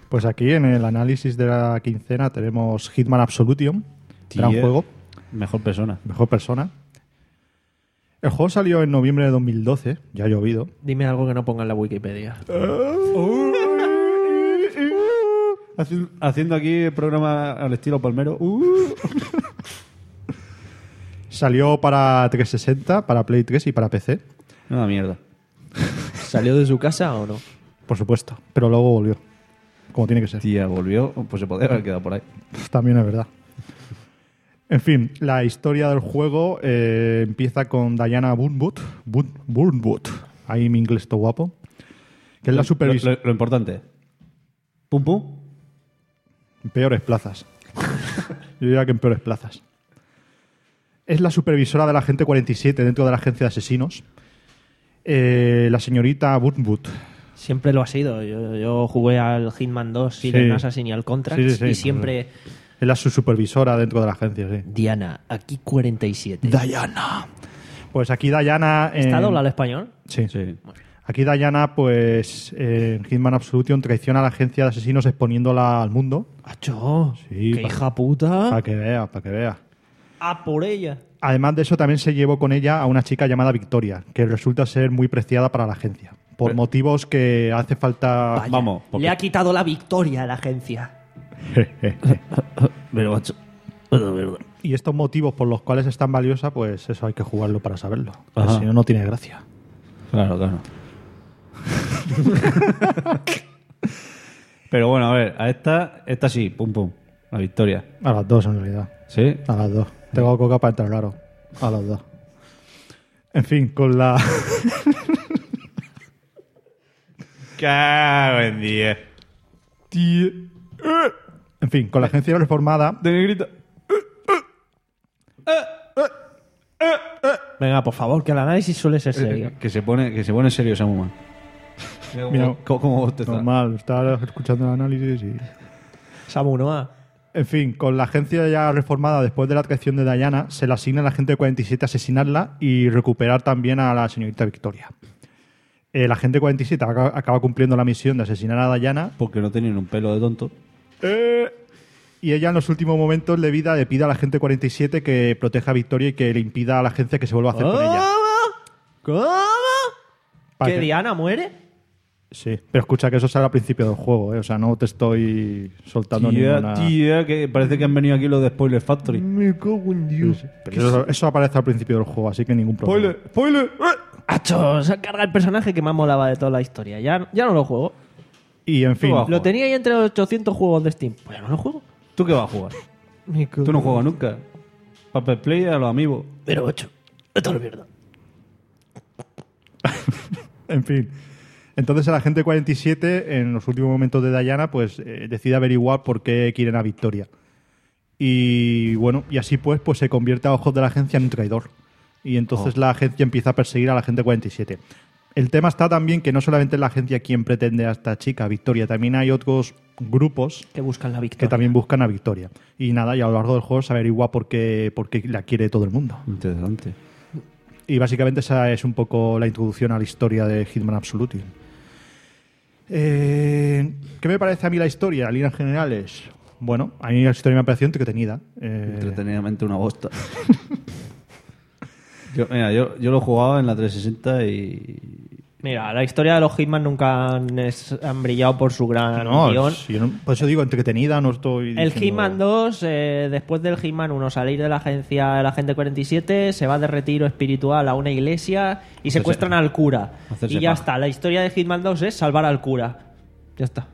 Pues aquí en el análisis de la quincena tenemos Hitman Absolution, gran Tío. juego, Mejor persona. mejor persona. El juego salió en noviembre de 2012, ya ha llovido. Dime algo que no ponga en la Wikipedia. Haci- Haciendo aquí el programa al estilo Palmero. Uh. Salió para 360, para Play 3 y para PC, Una mierda. ¿Salió de su casa o no? por supuesto, pero luego volvió, como tiene que ser. Tía, volvió. Pues se podía haber quedado por ahí. También es verdad. En fin, la historia del juego eh, empieza con Diana Burnwood. Bun- Burnwood. Ahí mi inglés todo guapo. Que es la Lo, supervisora. lo- lo importante. Pum pum. En peores plazas. Yo diría que en peores plazas. Es la supervisora de la Agente 47 dentro de la agencia de asesinos. Eh, la señorita Burnwood. Siempre lo ha sido. Yo, yo jugué al Hitman 2, Silent Assassin y al Contract. Sí, sí, sí. y siempre. Es la su- supervisora dentro de la agencia, sí. Diana, aquí 47. Diana. Pues aquí Diana. ¿Está eh, doblado al español? Sí. Sí. Aquí Diana, pues eh, en Hitman Absolution traiciona a la agencia de asesinos exponiéndola al mundo. ¡Acho! Sí, ¡Qué pa- hija puta! Para que vea, para que vea. ¡A por ella! Además de eso, también se llevó con ella a una chica llamada Victoria, que resulta ser muy preciada para la agencia. Por motivos que hace falta. Vaya, Vamos, porque- Le ha quitado la victoria a la agencia. Pero macho. Bueno, mierda. Y estos motivos por los cuales es tan valiosa, pues eso hay que jugarlo para saberlo. Porque Ajá. Si no, no tiene gracia. Claro, claro. Pero bueno, a ver, a esta, esta sí, pum pum. La victoria. A las dos, en realidad. ¿Sí? A las dos. Tengo coca para entrar, claro. A las dos. En fin, con la. Cago en 10. En fin, con la agencia reformada, Eh. De negrita. Venga, por favor, que el análisis suele Eh, ser serio. Que se pone, que se pone serio esa muma. Mira, ¿Cómo, cómo te normal, estar escuchando el análisis y. Samu Noa. En fin, con la agencia ya reformada después de la traición de Diana, se le asigna a la gente 47 asesinarla y recuperar también a la señorita Victoria. El agente 47 aca- acaba cumpliendo la misión de asesinar a Diana eh, Porque no tienen un pelo de tonto. y ella en los últimos momentos de vida le pide a la gente 47 que proteja a Victoria y que le impida a la agencia que se vuelva a hacer ¿Cómo? con Ah. ella. ¿Cómo? Pa' ¿Que que- Diana muere? Sí, pero escucha que eso sale al principio del juego, ¿eh? o sea, no te estoy soltando Tía, ninguna... tía, que parece que han venido aquí los de Spoiler Factory. Me cago en Dios. Pero eso, eso aparece al principio del juego, así que ningún problema. spoiler. ¡Acho! Se carga el personaje que más molaba de toda la historia. Ya, ya no lo juego. Y en fin, Tú bajo. Lo tenía ahí entre los 800 juegos de Steam. Pues ya no lo juego. ¿Tú qué vas a jugar? Tú no juegas nunca. Paper Play a los amigos. Pero 8. Esto es mierda. En fin. Entonces el agente 47, en los últimos momentos de Diana, pues eh, decide averiguar por qué quieren a Victoria. Y bueno, y así pues, pues se convierte a ojos de la agencia en un traidor. Y entonces la agencia empieza a perseguir a la agente 47. El tema está también que no solamente es la agencia quien pretende a esta chica, Victoria, también hay otros grupos Que buscan la que victoria. también buscan a Victoria. Y nada, y a lo largo del juego se averigua por qué, por qué la quiere todo el mundo. Interesante. Y básicamente esa es un poco la introducción a la historia de Hitman Absolution. Eh, ¿Qué me parece a mí la historia, en líneas generales? Bueno, a mí la historia me pareció entretenida. Eh, Entretenidamente una bosta. yo, mira, yo, yo lo jugaba en la 360 y. Mira, la historia de los Hitman nunca han, es- han brillado por su gran Ah, no, guión. si yo no- por eso digo entretenida, no estoy. El diciendo- Hitman 2, eh, después del Hitman 1 salir de la agencia de la gente 47, se va de retiro espiritual a una iglesia y secuestran al cura. hacerse Y ya paja. está, la historia de Hitman 2 es salvar al cura. Ya está.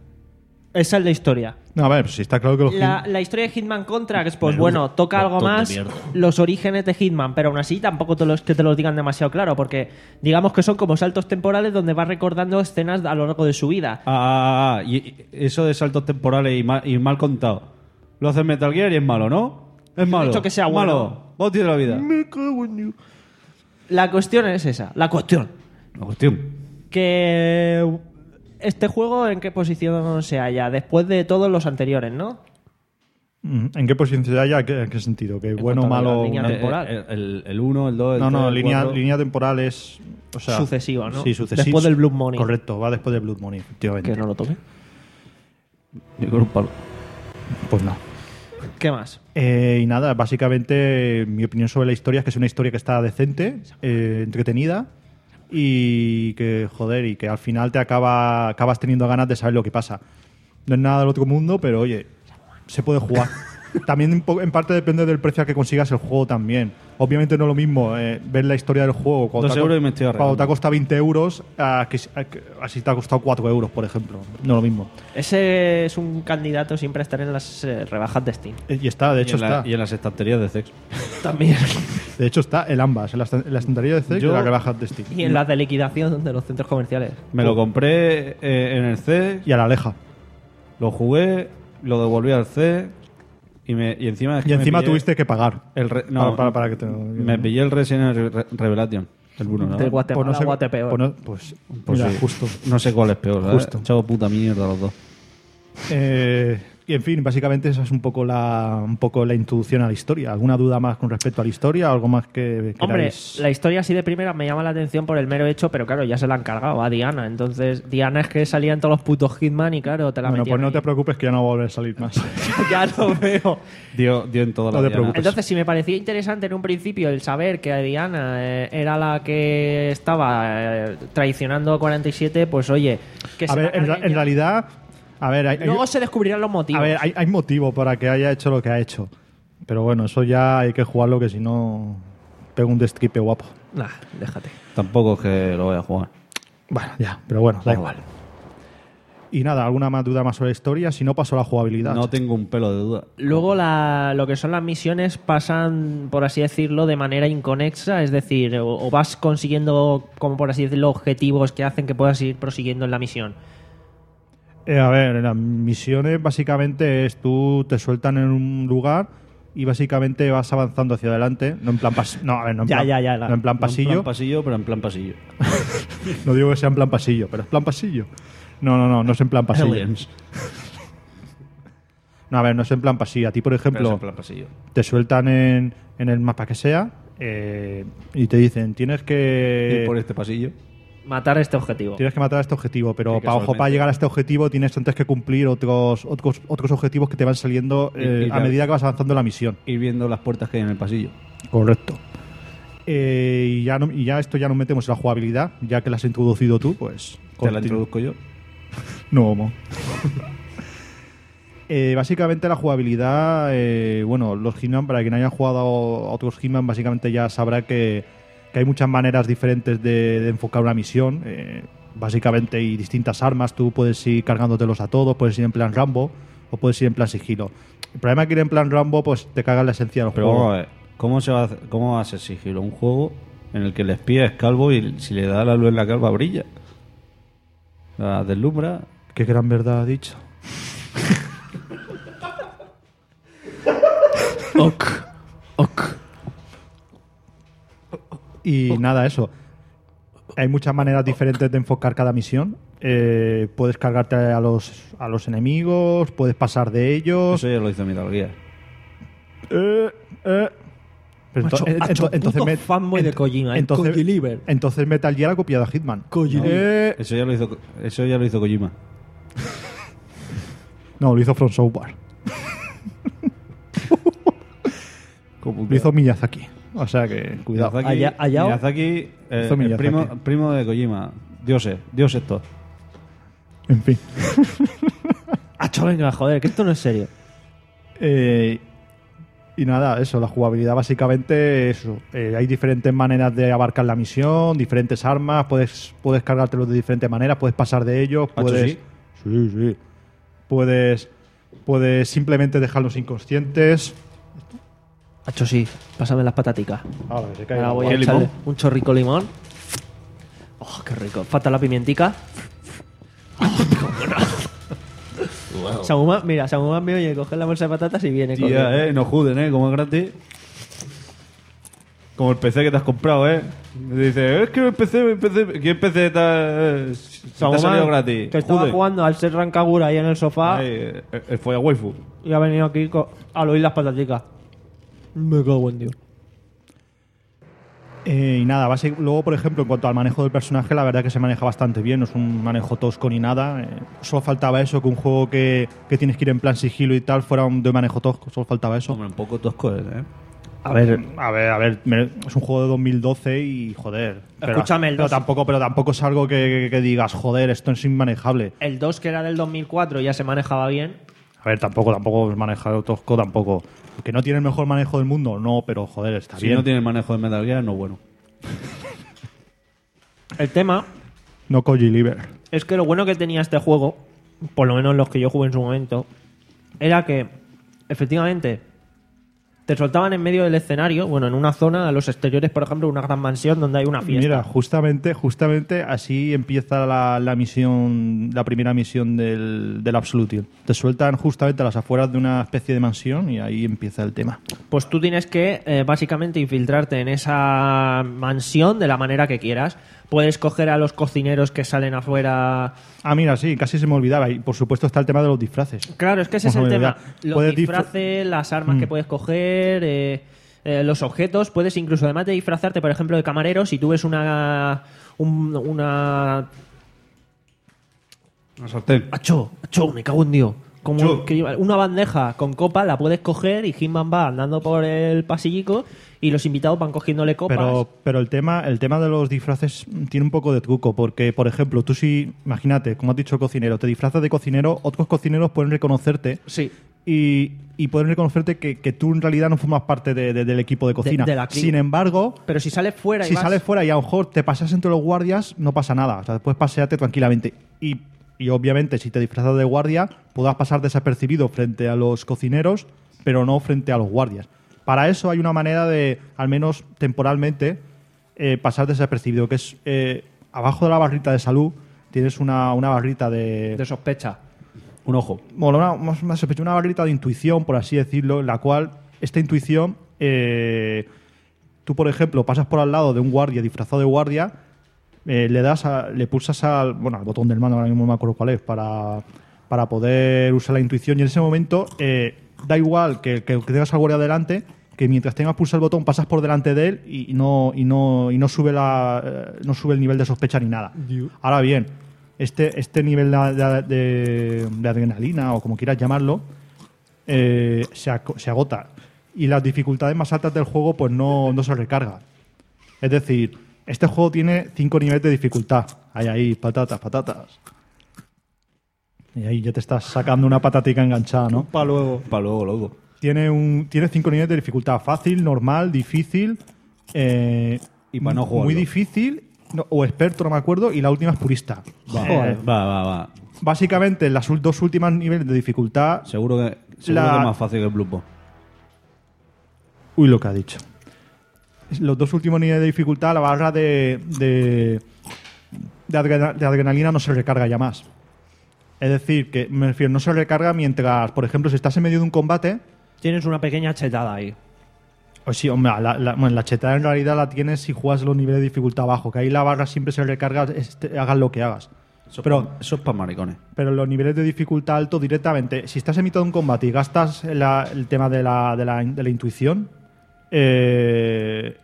Esa es la historia. No, a ver, pues sí está claro que los. La, Hit- la historia de Hitman Contracts, pues bueno, toca algo más los orígenes de Hitman, pero aún así tampoco te los, que te los digan demasiado claro, porque digamos que son como saltos temporales donde vas recordando escenas a lo largo de su vida. Ah, ah, ah, y, y eso de saltos temporales y mal, y mal contado. Lo hace Metal Gear y es malo, ¿no? Es malo. dicho que sea Malo. Boti de la vida. La cuestión es esa, la cuestión. La cuestión. Que este juego en qué posición se halla, después de todos los anteriores, ¿no? Mm, ¿En qué posición se halla? ¿Qué- ¿En qué sentido? ¿Que bueno, cuanto a la malo? línea una- de- Temporal. Eh, eh, El, el 1, el 2, No, el 3. no, el línea, 4. línea temporal es. O sea, Sucesiva, ¿no? Sí, sucesiva. Después del Blood Money. Correcto, va después del Blood Money, efectivamente. Que no lo toque. Yo con un palo. Pues no. ¿Qué más? Eh, y nada, básicamente mi opinión sobre la historia es que es una historia que está decente, eh, entretenida y que, joder, y que al final te acaba, acabas teniendo ganas de saber lo que pasa. No es nada del otro mundo, pero oye, se puede jugar. también un po- en parte depende del precio al que consigas el juego también. Obviamente no es lo mismo eh, ver la historia del juego cuando, Dos te, ha co- euros y me estoy arreglando. cuando te ha costado 20 euros a, que, si- a que- a si te ha costado 4 euros, por ejemplo. No es lo mismo. Ese es un candidato siempre a estar en las eh, rebajas de Steam. Eh, Y está, de Y hecho en la- está. y en las estanterías de sex. También. De hecho, está en ambas, en la, estan- en la estantería de Steam y Yo- en la rebaja de Steam. y en las de liquidación de los centros comerciales. Me Oh. lo compré eh, en el C, Y a la aleja. lo jugué, lo devolví al C y, me, y encima... es que Y me encima pillé tuviste que pagar. el re- para- no, para- para que te lo- Me pillé el Resident Re- Revelation. El uno, ¿no? Del Guatemala Pues no sé- Guatepeor. pues no- pues, Pues mira, sí. justo. No sé cuál es peor, ¿sabes? Justo. Chavo puta mierda los dos. Eh, y en fin, básicamente esa es un poco la un poco la introducción a la historia. ¿Alguna duda más con respecto a la historia? ¿Algo más que Hombre, queráis? la historia así de primera me llama la atención por el mero hecho, pero claro, ya se la han cargado a Diana. Entonces, Diana es que salía en todos los putos Hitman y claro, te la Bueno, metían pues no te ahí. preocupes que ya no va a volver a salir más. Ya lo veo. Dio, dio en toda la No te diana. preocupes. Entonces, si me parecía interesante en un principio el saber que Diana eh, era la que estaba eh, traicionando a 47, pues oye, que a se ver, la en, ra- carguen en ya. realidad, a ver, hay, hay- Luego se descubrirán los motivos. a ver, hay, hay motivo para que haya hecho lo que ha hecho. Pero bueno, eso ya hay que jugarlo que si no pega un destripe guapo. Nah, déjate. Tampoco es que lo vaya a jugar. Bueno, ya, pero bueno, da igual. Y nada, ¿alguna más duda más sobre la historia? Si no, paso a la jugabilidad. No tengo un pelo de duda. Luego la- lo que son las misiones pasan, por así decirlo, de manera inconexa, es decir, o, o vas consiguiendo, como por así decirlo, objetivos que hacen que puedas ir prosiguiendo en la misión. Eh, a ver, las misiones básicamente es tú te sueltan en un lugar y básicamente vas avanzando hacia adelante. No en plan pasillo. No, a ver, no en Ya, plan, ya, ya, la- no en plan No en pasillo. plan pasillo, pero en plan pasillo. no digo que sea en plan pasillo, pero es plan pasillo. No, no, no, no es en plan pasillo. Aliens. No, a ver, no es en plan pasillo. A ti, por Pero es ejemplo, en plan pasillo. te sueltan en, en el mapa que sea eh, y te dicen tienes que Ir por este pasillo. Matar este objetivo. Tienes que matar a este objetivo, pero Sí, para, ojo, casualmente. para llegar a este objetivo tienes antes que cumplir otros, otros, otros objetivos que te van saliendo Y- eh, y a la- medida que vas avanzando en la misión. Ir viendo las puertas que hay en el pasillo. Correcto. Eh, y, ya no- y ya esto ya nos metemos en la jugabilidad, ya que la has introducido tú, pues. Te la continu- introduzco yo. No, homo. Eh, básicamente la jugabilidad, eh, bueno, los Hitman, para quien haya jugado a otros Hitman, básicamente ya sabrá que, que hay muchas maneras diferentes de, de enfocar una misión. eh, básicamente y distintas armas, tú puedes ir cargándotelos a todos, puedes ir en plan Rambo o puedes ir en plan sigilo. El problema es que ir en plan Rambo, pues te cagas la esencia del Pero juego. vamos a ver, ¿cómo, se va a hacer- ¿cómo va a ser sigilo? Un juego en el que el espía es calvo y si le da la luz en la calva brilla. La deslumbra. Qué gran verdad ha dicho. Y nada, eso. Hay muchas maneras diferentes de enfocar cada misión. Eh, puedes cargarte a los, a los enemigos, puedes pasar de ellos. Eso ya lo hizo Metal Gear. Eh, eh. Pero Macho, ento- macho, ento- entonces puto me- fanboy de ent- Kojima, el entonces- Kojiliver. Entonces Metal Gear ha copiado a Hitman. Eh, Eso ya lo hizo, eso ya lo hizo Kojima. no, lo hizo From Software. Lo hizo Miyazaki. O sea que, cuidado. Miyazaki, Aya- Hayao. Miyazaki, eh, Hizo el Miyazaki. primo, primo de Kojima. Dioses, dioses todos. En fin. Acho, venga, joder, que esto no es serio. Eh, y nada, eso, la jugabilidad básicamente eso. Eh, hay diferentes maneras de abarcar la misión, diferentes armas, puedes, puedes cargártelos de diferentes maneras, puedes pasar de ellos, Ah, ¿tú puedes. sí? sí, sí. Puedes. Puedes simplemente dejarlos inconscientes. Acho, sí, pásame las pataticas. Ahora, que se caiga. Ahora voy a ¿Qué echarle limón? un chorrico limón. Oh, qué rico. Falta la pimientica. Samuma, mira, Samuma me oye, coge la bolsa de patatas y viene con Tía, eh, no juden, eh, como es gratis. Como el PC que te has comprado, eh. Y te dice, es que el PC, el PC, ¿qué PC te ha, eh, te ha Samuel, salido gratis? Que estaba Jude. jugando al ser Rancagura ahí en el sofá Ay, eh, el, folla waifu. y ha venido aquí co- al oír las pataticas. Me cago en Dios. Eh, y nada, base- luego, por ejemplo, en cuanto al manejo del personaje, la verdad que se maneja bastante bien, no es un manejo tosco ni nada. eh, solo faltaba eso, que un juego que, que tienes que ir en plan sigilo y tal fuera un de manejo tosco, solo faltaba eso. Hombre, un poco tosco es, ¿eh? A ver, a ver, a ver, me- es un juego de 2012 y joder. Pero, Escúchame, el pero dos- tampoco, pero tampoco es algo que, que digas, joder, esto es inmanejable. El 2, que era del 2004, ya se manejaba bien. A ver, tampoco, tampoco es manejado tosco, tampoco. Que no tiene el mejor manejo del mundo, no, pero joder, está Si bien. no tiene el manejo de Metal Gear, no bueno. El tema No Koji Liber. es que lo bueno que tenía este juego, por lo menos los que yo jugué en su momento, era que efectivamente te soltaban en medio del escenario, bueno, en una zona, a los exteriores, por ejemplo, una gran mansión donde hay una fiesta. Mira, justamente, justamente así empieza la, la misión, la primera misión del, del Absolute. Team. Te sueltan justamente a las afueras de una especie de mansión y ahí empieza el tema. Pues tú tienes que eh, básicamente infiltrarte en esa mansión de la manera que quieras. Puedes coger a los cocineros que salen afuera. Ah, mira, sí, casi se me olvidaba. Y por supuesto está el tema de los disfraces. Claro, es que ese es Ojo, el mira, tema. Los puedes Mm. disfra- disfraces, las armas que puedes coger, eh, eh, los objetos. Puedes incluso, además de disfrazarte, por ejemplo, de camarero, si tú ves una. un- una. Una sartén. ¡Acho! ¡Acho! ¡Me cago en Dios! Como Achú. que lleva una bandeja con copa la puedes coger y Hitman va andando por el pasillico y los invitados van cogiéndole copas. Pero, pero el tema, el tema de los disfraces tiene un poco de truco, porque, por ejemplo, tú si, imagínate, como has dicho cocinero, te disfrazas de cocinero, otros cocineros pueden reconocerte sí. y, y pueden reconocerte que, que tú en realidad no formas parte de- de- del equipo de cocina. de la crew. Sin embargo, Pero si sales fuera y si vas- sales fuera y a lo mejor te pasas entre los guardias, no pasa nada. O sea, después paseate tranquilamente. Y, y obviamente, si te disfrazas de guardia, podrás pasar desapercibido frente a los cocineros, pero no frente a los guardias. Para eso hay una manera de, al menos temporalmente, eh, pasar desapercibido, que es eh, abajo de la barrita de salud tienes una, una barrita de, de sospecha. Un ojo. bueno, una, más- más sospecho, una barrita de intuición, por así decirlo, en la cual esta intuición, eh, tú, por ejemplo, pasas por al lado de un guardia disfrazado de guardia, eh, le das a- le pulsas al, bueno, al botón del mando, ahora mismo no me acuerdo cuál es, para, para poder usar la intuición y en ese momento eh, da igual que, que- que tengas al guardia delante, que mientras tengas pulsado el botón pasas por delante de él y no, y no, y no, sube, la, eh, no sube el nivel de sospecha ni nada. Ahora bien, este, este nivel de, de- de- de adrenalina o como quieras llamarlo eh, se, ac- se agota y las dificultades más altas del juego pues no, no se recarga es decir este juego tiene cinco niveles de dificultad hay ahí patatas patatas y ahí ya te estás sacando una patatica enganchada no Para luego. Para luego, loco. tiene un tiene cinco niveles de dificultad fácil normal difícil eh, Y para no jugarlo. muy difícil no, o experto no me acuerdo y la última es purista Eh, Va, eh, va, va, va. Básicamente, las ul- dos últimas niveles de dificultad. Seguro que, seguro La- que es más fácil que el Blue Box. Uy, lo que ha dicho. Los dos últimos niveles de dificultad, la barra de. de, de adrena- de adrenalina no se recarga ya más. Es decir, que me refiero, no se recarga mientras, por ejemplo, si estás en medio de un combate. Tienes una pequeña chetada ahí. O sí, hombre, la, la, bueno, la chetada en realidad la tienes si juegas los niveles de dificultad bajo, que ahí la barra siempre se recarga, este, hagas lo que hagas. Eso es Pero- pa- eso es para maricones. Pero los niveles de dificultad alto directamente, si estás en mitad de un combate y gastas la- el tema de la, de la- de la intuición, eh,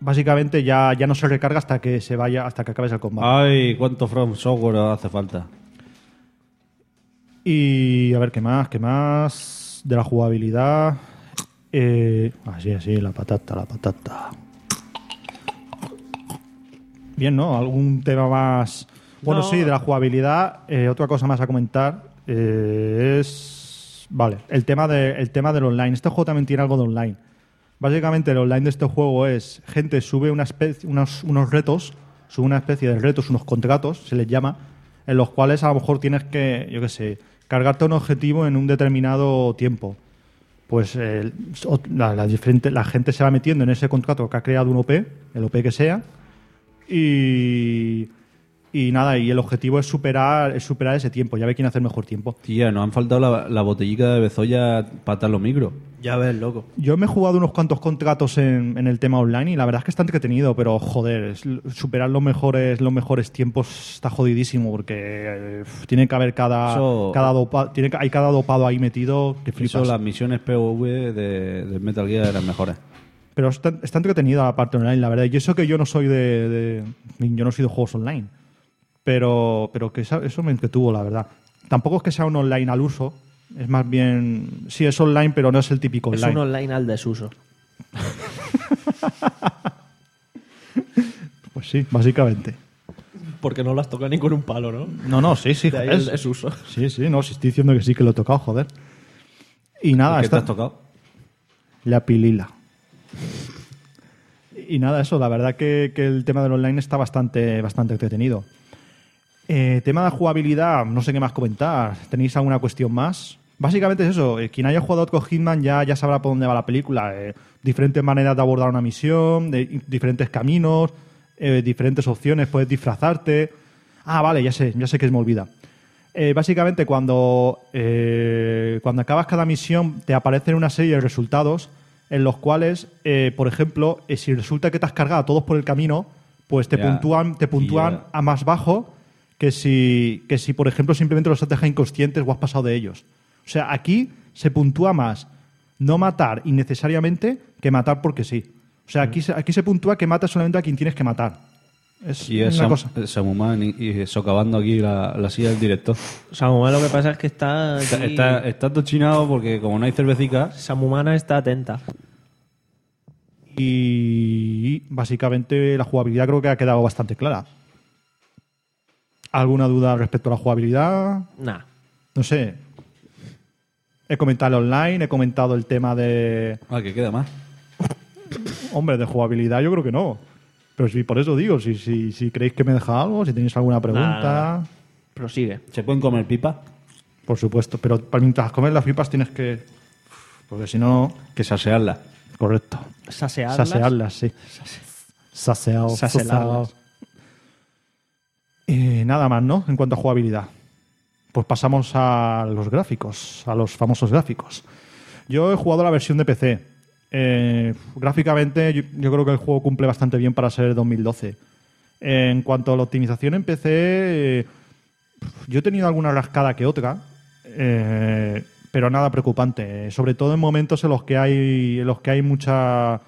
básicamente ya, ya no se recarga hasta que se vaya, hasta que acabes el combate. Ay, cuánto From Software hace falta. Y a ver, ¿qué más? ¿Qué más? De la jugabilidad. Eh, así, así, la patata, la patata. Bien, ¿no? ¿Algún tema más? Bueno, No. sí, de la jugabilidad. eh, otra cosa más a comentar eh, es. Vale, el tema, de, el tema del online. Este juego también tiene algo de online. Básicamente, el online de este juego es: gente sube una especie, unos, unos retos, sube una especie de retos, unos contratos, se les llama, en los cuales a lo mejor tienes que, yo qué sé, cargarte un objetivo en un determinado tiempo pues eh, o- la, la diferente- la gente se va metiendo en ese contrato que ha creado un OP, el OP que sea, y, y nada, y el objetivo es superar, es superar ese tiempo, ya ve quién hace el mejor tiempo. Tía, nos han faltado la, la botellica de Bezoya para los micros. Ya ves, loco. Yo me he jugado unos cuantos contratos en, en el tema online y la verdad es que está entretenido, pero joder, es- superar los mejores, los mejores tiempos está jodidísimo porque eh, tiene que haber cada, Eso- cada dopa- tiene que- hay cada dopado ahí metido que Por eso flipas. las misiones POV de, de Metal Gear eran mejores. Pero está, está entretenida la parte online, la verdad. Y eso que yo no soy de, de- Yo no soy de juegos online. Pero, pero que esa- eso me entretuvo, la verdad. Tampoco es que sea un online al uso. Es más bien. Sí, es online, pero no es el típico Es online. un online al desuso. Pues sí, básicamente. Porque no las toca ni con un palo, ¿no? No, no, sí, sí, De ahí joder. el desuso. Sí, sí, no, si estoy diciendo que sí que lo he tocado, joder. Y nada, ¿Qué te Ah, está- has tocado? La pilila. Y nada, eso, la verdad que, que el tema del online está bastante, bastante entretenido. Eh, tema de jugabilidad, no sé qué más comentar. ¿Tenéis alguna cuestión más? Básicamente es eso, eh, quien haya jugado con Hitman ya, ya sabrá por dónde va la película. eh, diferentes maneras de abordar una misión, de- y diferentes caminos, eh, diferentes opciones, puedes disfrazarte. Ah, vale, ya sé, ya sé que se me olvida. Eh, básicamente, cuando, eh, cuando acabas cada misión, te aparecen una serie de resultados en los cuales, eh, por ejemplo, eh, si resulta que te has cargado a todos por el camino, pues te Ya. puntúan, te puntúan Ya. a más bajo que si, que si, por ejemplo, simplemente los has dejado inconscientes o has pasado de ellos. O sea, aquí se puntúa más no matar innecesariamente que matar porque sí. O sea, aquí, se- aquí se puntúa que matas solamente a quien tienes que matar. Es Y es una Sam- cosa. eh, Samuman y, y socavando aquí la, la silla del director. Samumana lo que pasa es que está. Está, aquí- está, está tochinado porque como no hay cervecicas, Samumana está atenta. Y básicamente la jugabilidad creo que ha quedado bastante clara. ¿Alguna duda respecto a la jugabilidad? Nah. No sé. He comentado el online, he comentado el tema de. ah, que queda más. Hombre, de jugabilidad yo creo que no. Pero si por eso digo, si, si, si creéis que me deja algo, si tenéis alguna pregunta, nada. Prosigue. ¿Se pueden comer pipa? por supuesto. Pero para mientras comes las pipas tienes que. Porque si no. Que sasearla. Correcto. Sasearlas. Sasearlas, sí. Saseado, Sasearlas. saseado. Eh, nada más, ¿no? En cuanto a jugabilidad. Pues pasamos a los gráficos, a los famosos gráficos. Yo he jugado la versión de PC. Eh, gráficamente, yo, yo creo que el juego cumple bastante bien para ser 2012. en cuanto a la optimización en PC, eh, yo he tenido alguna rascada que otra, eh, pero nada preocupante. Sobre todo en momentos en los que hay, en los que hay mucha,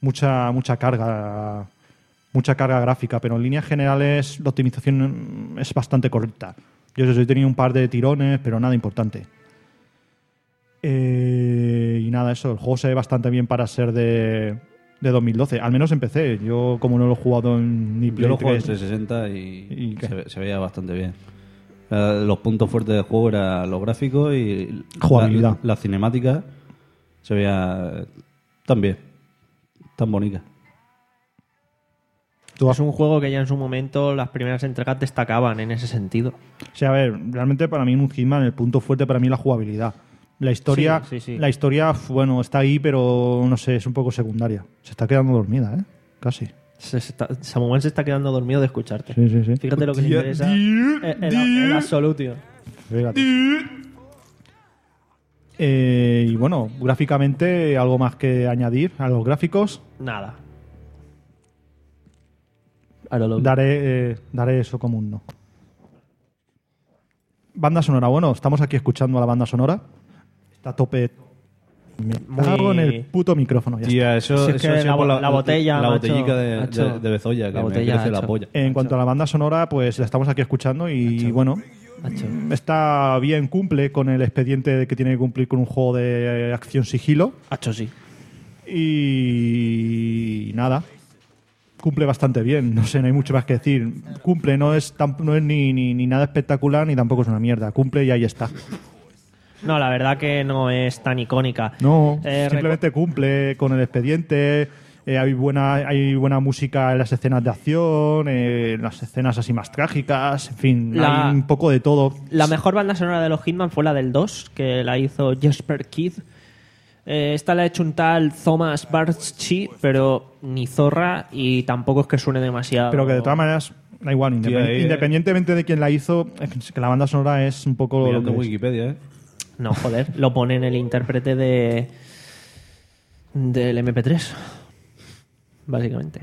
mucha, mucha carga, mucha carga gráfica. Pero en líneas generales la optimización mm, es bastante correcta. Yo eso sí, he tenido un par de tirones, pero nada importante. Eh, y nada, eso. El juego se ve bastante bien para ser de, de 2012. Al menos empecé. Yo, como no lo he jugado en ni Yo Play lo juego en 3, 360 y, ¿Y qué? se, ve- se veía bastante bien. Eh, los puntos fuertes del juego eran los gráficos y Jugabilidad. la- las cinemáticas se veía tan bien, tan bonita. Tú has- Es un juego que ya en su momento las primeras entregas destacaban en ese sentido. O sea, a ver, realmente para mí en un Hitman el punto fuerte para mí es la jugabilidad. La historia, Sí, sí, sí. la historia, f- bueno, está ahí, pero no sé, es un poco secundaria. Se está quedando dormida, ¿eh? Casi. Se está, Samuel se está quedando dormido de escucharte. Sí, sí, sí. Fíjate lo que le interesa. El, el- el absoluto, tío. Fíjate. Eh, y bueno, gráficamente, algo más que añadir a los gráficos. Nada. Ahora lo- Daré, eh, daré eso como un no. Banda sonora, bueno, estamos aquí escuchando a la banda sonora. Está a tope. Me Muy- cago en el puto micrófono. ya Tía, eso, Si es eso que ha sido la por bo- la botella, La macho, botellica de, macho. de- de Bezoya, que La me botella, crece la macho. polla. En cuanto a la banda sonora, pues la estamos aquí escuchando y bueno, Macho. está bien, cumple con el expediente que tiene que cumplir con un juego de eh, acción sigilo Hacho sí. y nada, cumple bastante bien, no sé, no hay mucho más que decir. Cumple, no es, tam- no es ni, ni- ni nada espectacular ni tampoco es una mierda, cumple y ahí está. No, la verdad que no es tan icónica. No, Eh, simplemente cumple con el expediente. eh, hay, buena, hay buena música en las escenas de acción, eh, en las escenas así más trágicas, en fin, La- hay un poco de todo. La mejor banda sonora de los Hitman fue la del 2, que la hizo Jesper Kidd. Eh, esta la ha hecho un tal Thomas Barchi, pero ni zorra y tampoco es que suene demasiado. Pero que de todas maneras, da igual, independ- Tío, ahí, eh. independientemente de quién la hizo, es que la banda sonora es un poco lo Mirando que es. Wikipedia, ¿eh? No, joder, lo pone en el intérprete de. del MP3. Básicamente.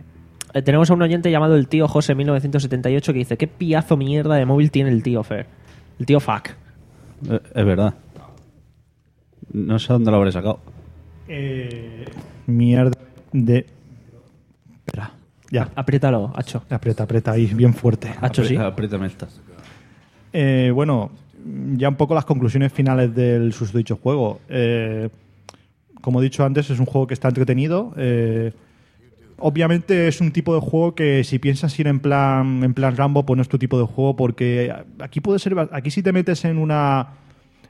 Eh, tenemos a un oyente llamado el tío José1978 que dice: ¿Qué piazo mierda de móvil tiene el tío Fer? El tío Fuck. Eh, Es verdad. No sé dónde lo habré sacado. Eh, Mierda. de... Espera, ya. Apriétalo, Hacho. Aprieta, aprieta ahí, bien fuerte. Hacho, sí. Apriétame estas. Eh, bueno, ya un poco las conclusiones finales del susdicho juego. Eh, como he dicho antes, es un juego que está entretenido. eh, obviamente es un tipo de juego que si piensas ir en plan, en plan Rambo, pues no es tu tipo de juego porque aquí puede ser, ba- aquí si te metes en una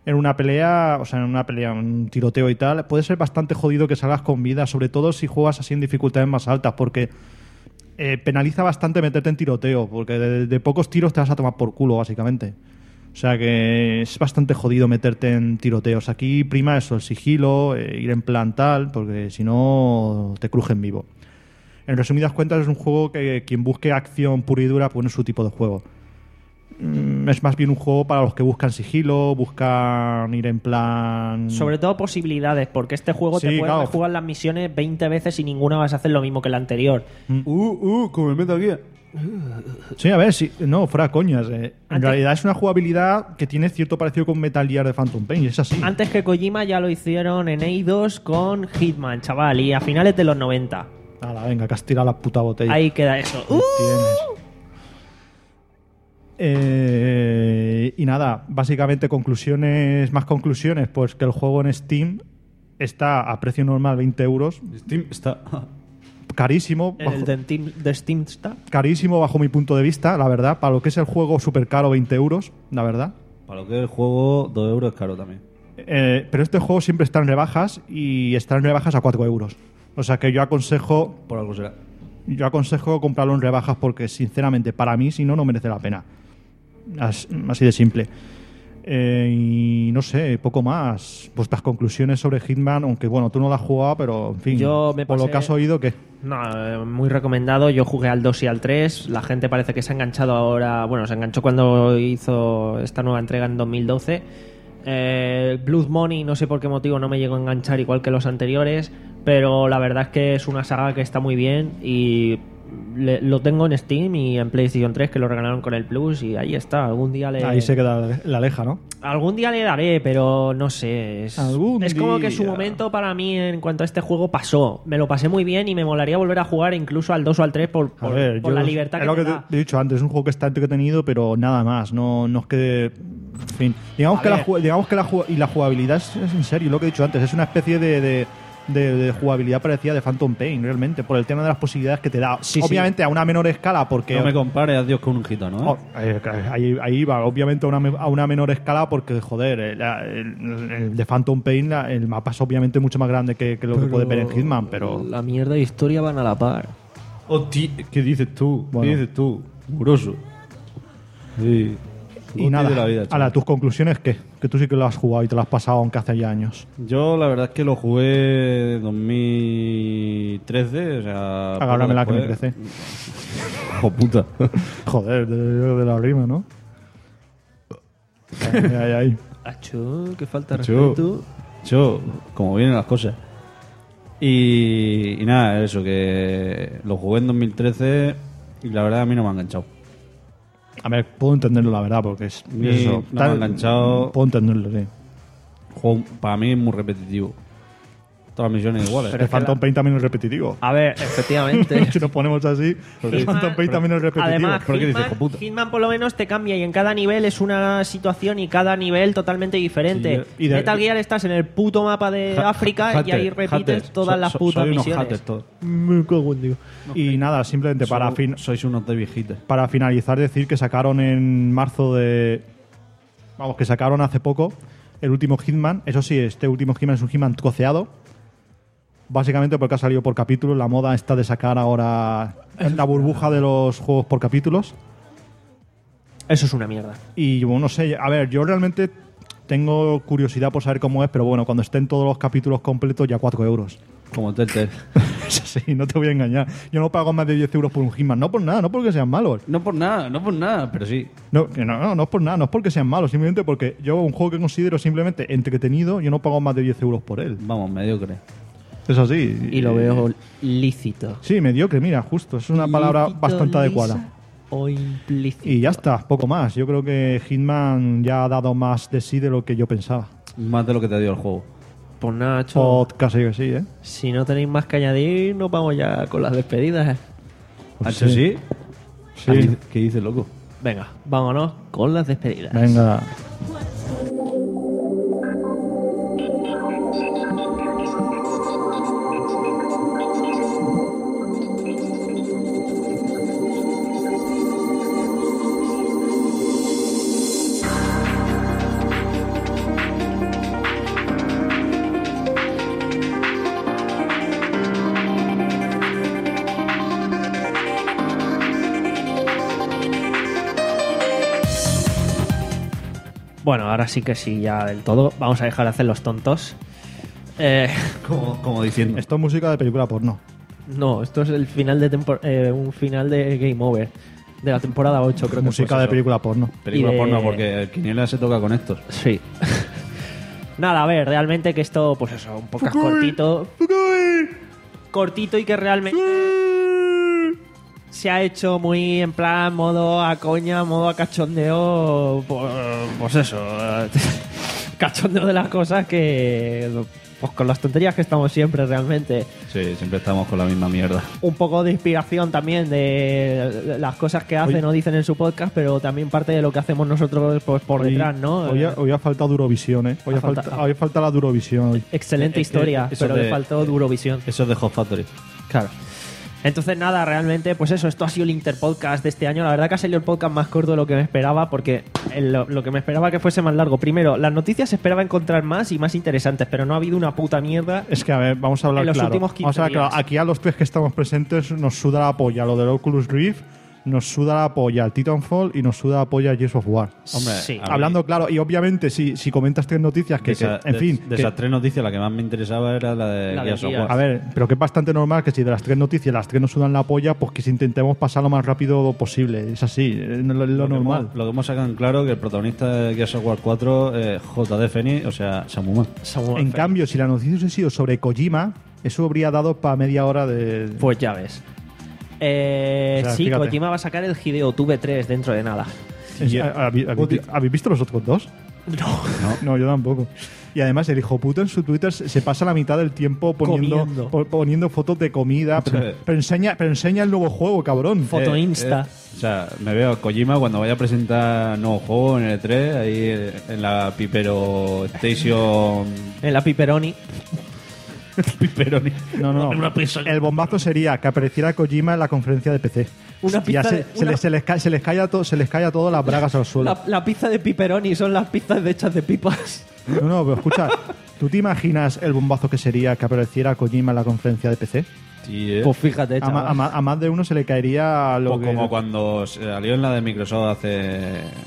en una pelea, o sea, en una pelea, un tiroteo y tal, puede ser bastante jodido que salgas con vida, sobre todo si juegas así en dificultades más altas, porque eh, penaliza bastante meterte en tiroteo, porque de, de pocos tiros te vas a tomar por culo, básicamente. O sea que es bastante jodido meterte en tiroteos. Aquí prima eso, el sigilo, eh, ir en plan tal, porque si no te crujen vivo. En resumidas cuentas, es un juego que quien busque acción pura y dura, pues no es su tipo de juego. Mm, Es más bien un juego para los que buscan sigilo, buscan ir en plan. Sobre todo posibilidades, porque este juego te Mm. Sí, puedes claro. jugar las misiones 20 veces y ninguna vas a hacer lo mismo que la anterior. Uh, uh, como el Metal Gear. Mm. Sí, a ver, sí, no, fuera coñas. eh. En Antes- realidad es una jugabilidad que tiene cierto parecido con Metal Gear de Phantom Pain, y es así. Antes que Kojima ya lo hicieron en A2 con Hitman, chaval, y a finales de los 90. Ala, venga, que has tirado la puta botella. Ahí queda eso. ¡Uh! Tienes. Eh, y nada, básicamente conclusiones, más conclusiones, pues que el juego en Steam está a precio normal 20 euros, Steam está. carísimo, En bajo- el de Steam, de Steam está. carísimo bajo mi punto de vista, la verdad, para lo que es el juego súper caro 20 euros, la verdad. Para lo que es el juego, 2 euros es caro también. Eh, pero este juego siempre está en rebajas y está en rebajas a 4 euros. O sea que yo aconsejo Por algo será. Yo aconsejo comprarlo en rebajas porque, sinceramente, para mí, si no, no merece la pena. As- Así de simple. Eh, y no sé, poco más. Vuestras conclusiones sobre Hitman, aunque bueno, tú no la has jugado, pero en fin, Yo me por lo pasé- que has oído, que No, eh, muy recomendado. Yo jugué al 2 y al 3. La gente parece que se ha enganchado ahora. Bueno, se enganchó cuando hizo esta nueva entrega en 2012. Eh, Blood Money, no sé por qué motivo no me llegó a enganchar igual que los anteriores. Pero la verdad es que es una saga que está muy bien. Y le- lo tengo en Steam y en PlayStation 3, que lo regalaron con el Plus. Y ahí está. Algún día le. ahí se queda la leja, ¿no? Algún día le daré, pero no sé. Es, Algún es como que su día. momento para mí en cuanto a este juego pasó. Me lo pasé muy bien y me molaría volver a jugar incluso al 2 o al 3 por, A por- ver, por yo- la libertad es que, lo te que da. te he dicho antes, es un juego que está entretenido, pero nada más. No, no es que. En fin, digamos que, la, ver. ju- digamos que la, ju- y la jugabilidad es, es en serio, lo que he dicho antes, es una especie de. de- de- de jugabilidad parecida de Phantom Pain, realmente, por el tema de las posibilidades que te da. Sí, sí. obviamente a una menor escala, porque. No me compares a Dios con un gitano, ¿eh? Oh, eh, ahí, ahí va, obviamente a una, me- a una menor escala, porque, joder, el, el- el de Phantom Pain, la- el mapa es obviamente mucho más grande que, que lo que puede ver en Hitman, pero. La mierda de historia van a la par. Hosti- ¿Qué dices tú? Bueno. ¿Qué dices tú? Muroso. Sí. Y Hosti nada, de la vida, chaval. Ala, tus conclusiones, ¿qué? Que tú sí que lo has jugado y te lo has pasado aunque hace ya años. Yo la verdad es que lo jugué en 2013, o sea... Agárrame la que me después. crece. Hijo puta. Joder, de, de la rima, ¿no? Ay, ay, ay. Achú, qué falta de Achú. respeto. Yo, como vienen las cosas. Y, y nada, eso, que lo jugué en 2013 y la verdad a mí no me ha enganchado. A ver, puedo entenderlo, la verdad, porque es. Ni- es no me ha enganchado. Puedo entenderlo, sí. Juego, para mí es muy repetitivo. Todas las misiones iguales. Pero el Phantom Pain también es repetitivo. A ver, efectivamente. Si nos ponemos así, el Phantom Pain también es repetitivo. Además, ¿Pero qué dices, Hitman, hijo puta? Hitman por lo menos te cambia y en cada nivel es una situación y cada nivel totalmente diferente. Sí, y de- Metal Gear estás en el puto mapa de Ja- África y hater, ahí repites hater. todas So- las so- putas soy unos misiones. haters todos. y nada, simplemente para, So- fin, sois unos de viejitas. para finalizar, decir que sacaron en marzo de. Vamos, que sacaron hace poco el último Hitman. Eso sí, este último Hitman es un Hitman coceado. Básicamente porque ha salido por capítulos. La moda está de sacar ahora la burbuja de los juegos por capítulos. Eso es una mierda. Y yo no sé, a ver, yo realmente tengo curiosidad por saber cómo es, pero bueno, cuando estén todos los capítulos completos ya 4 euros. Como Telltale. Eso sí, no te voy a engañar. Yo no pago más de 10 euros por un Hitman. No por nada, no porque sean malos. No por nada, no por nada, pero sí. No, que no, no, no es por nada, no es porque sean malos, simplemente porque yo un juego que considero simplemente entretenido, yo no pago más de 10 euros por él. Vamos, mediocre. Es así. Eh, Y lo veo lícito. Sí, mediocre, mira, justo. Es una palabra Lícito, bastante lisa adecuada. O implícito. Y ya está, poco más. Yo creo que Hitman ya ha dado más de sí de lo que yo pensaba. Más de lo que te dio el juego. Pues nada, cho, Podcast, yo que sí, ¿eh? si no tenéis más que añadir, nos vamos ya con las despedidas. ¿Ah, Pues sí. Sí. ¿Qué dice, loco? Venga, vámonos con las despedidas. Venga. Bueno, ahora sí que sí, ya del todo. Vamos a dejar de hacer los tontos. Eh, Como, como diciendo. Esto es música de película porno. no, esto es el final de tempor- eh, un final de Game Over. De la temporada 8, creo que música fue de eso. película porno. Película Y de- porno, porque el Quiniela se toca con estos. Sí. Nada, a ver, realmente que esto, pues eso, un podcast cortito. Cortito y que realmente se ha hecho muy en plan modo a coña, modo a cachondeo, pues, pues eso, cachondeo de las cosas que, pues con las tonterías que estamos siempre realmente Sí, siempre estamos con la misma mierda. un poco de inspiración también de las cosas que hacen Oye. o dicen en su podcast, pero también parte de lo que hacemos nosotros pues, por Hoy- detrás, ¿no? Hoy, ha- Eh, hoy ha faltado Durovisión, ¿eh? Hoy, Ha ha falta, falta- hoy falta la Durovisión. hoy. Excelente Eh, eh, historia, eso pero le de- faltó Durovisión. Eso es de Hot Factory. Claro. Entonces, nada, realmente, pues eso, esto ha sido el Interpodcast de este año. La verdad que ha salido el podcast más corto de lo que me esperaba, porque el- lo, lo que me esperaba que fuese más largo. Primero, las noticias esperaba encontrar más y más interesantes, pero no ha habido una puta mierda. Es que, a ver, vamos a hablar En los claro. últimos 15 Vamos a hablar claro. días. Aquí a los tres que estamos presentes nos suda la polla lo del Oculus Rift, nos suda la polla el Titanfall y nos suda la polla Gears of War. Hombre, Sí. a mí- Hablando claro, y obviamente si, si comentas tres noticias que, de esa- que- en de- fin, De, que- esas tres noticias, la que más me interesaba era la de La de Gears of Gears. War. a ver, pero que es bastante normal que si de las tres noticias las tres nos sudan la polla, pues que si intentemos pasar lo más rápido posible. Es así, es lo, lo Lo que normal. hemos- lo que hemos sacado en claro que el protagonista de Gears of War 4 es JD Fenix, o sea, Samuel. En cambio, si la noticia hubiese sido sobre Kojima, eso habría dado para media hora de. Pues ya ves. Eh, O sea, sí, fíjate. Kojima va a sacar el Hideo Tube 3 dentro de nada. Es- eh, Ah, ¿habí- habí- ¿Habéis visto los otros dos? No. No, yo tampoco. Y además el hijo puto en su Twitter se se pasa la mitad del tiempo Comiendo. poniendo, po- poniendo fotos de comida. Pero, Sí. Eh, pero enseña, pero enseña el nuevo juego, cabrón. Foto Insta. O sea, me veo a Kojima cuando vaya a presentar nuevo juego en el E3, ahí eh, en la Pipero Station En la Piperoni. Piperoni. No, no, no. El bombazo sería que apareciera Kojima en la conferencia de PC. Una Hostia, pizza se, de- se una- les, se les ca- se les cae a to- se les cae a todas las bragas al suelo. La, la pizza de Piperoni son las pizzas de hechas de pipas. No, no, pero escucha, ¿tú te imaginas el bombazo que sería que apareciera Kojima en la conferencia de PC? Sí, eh. Pues fíjate, A, ma- chaval. a ma- a más de uno se le caería lo Pues que- como cuando se salió en la de Microsoft hace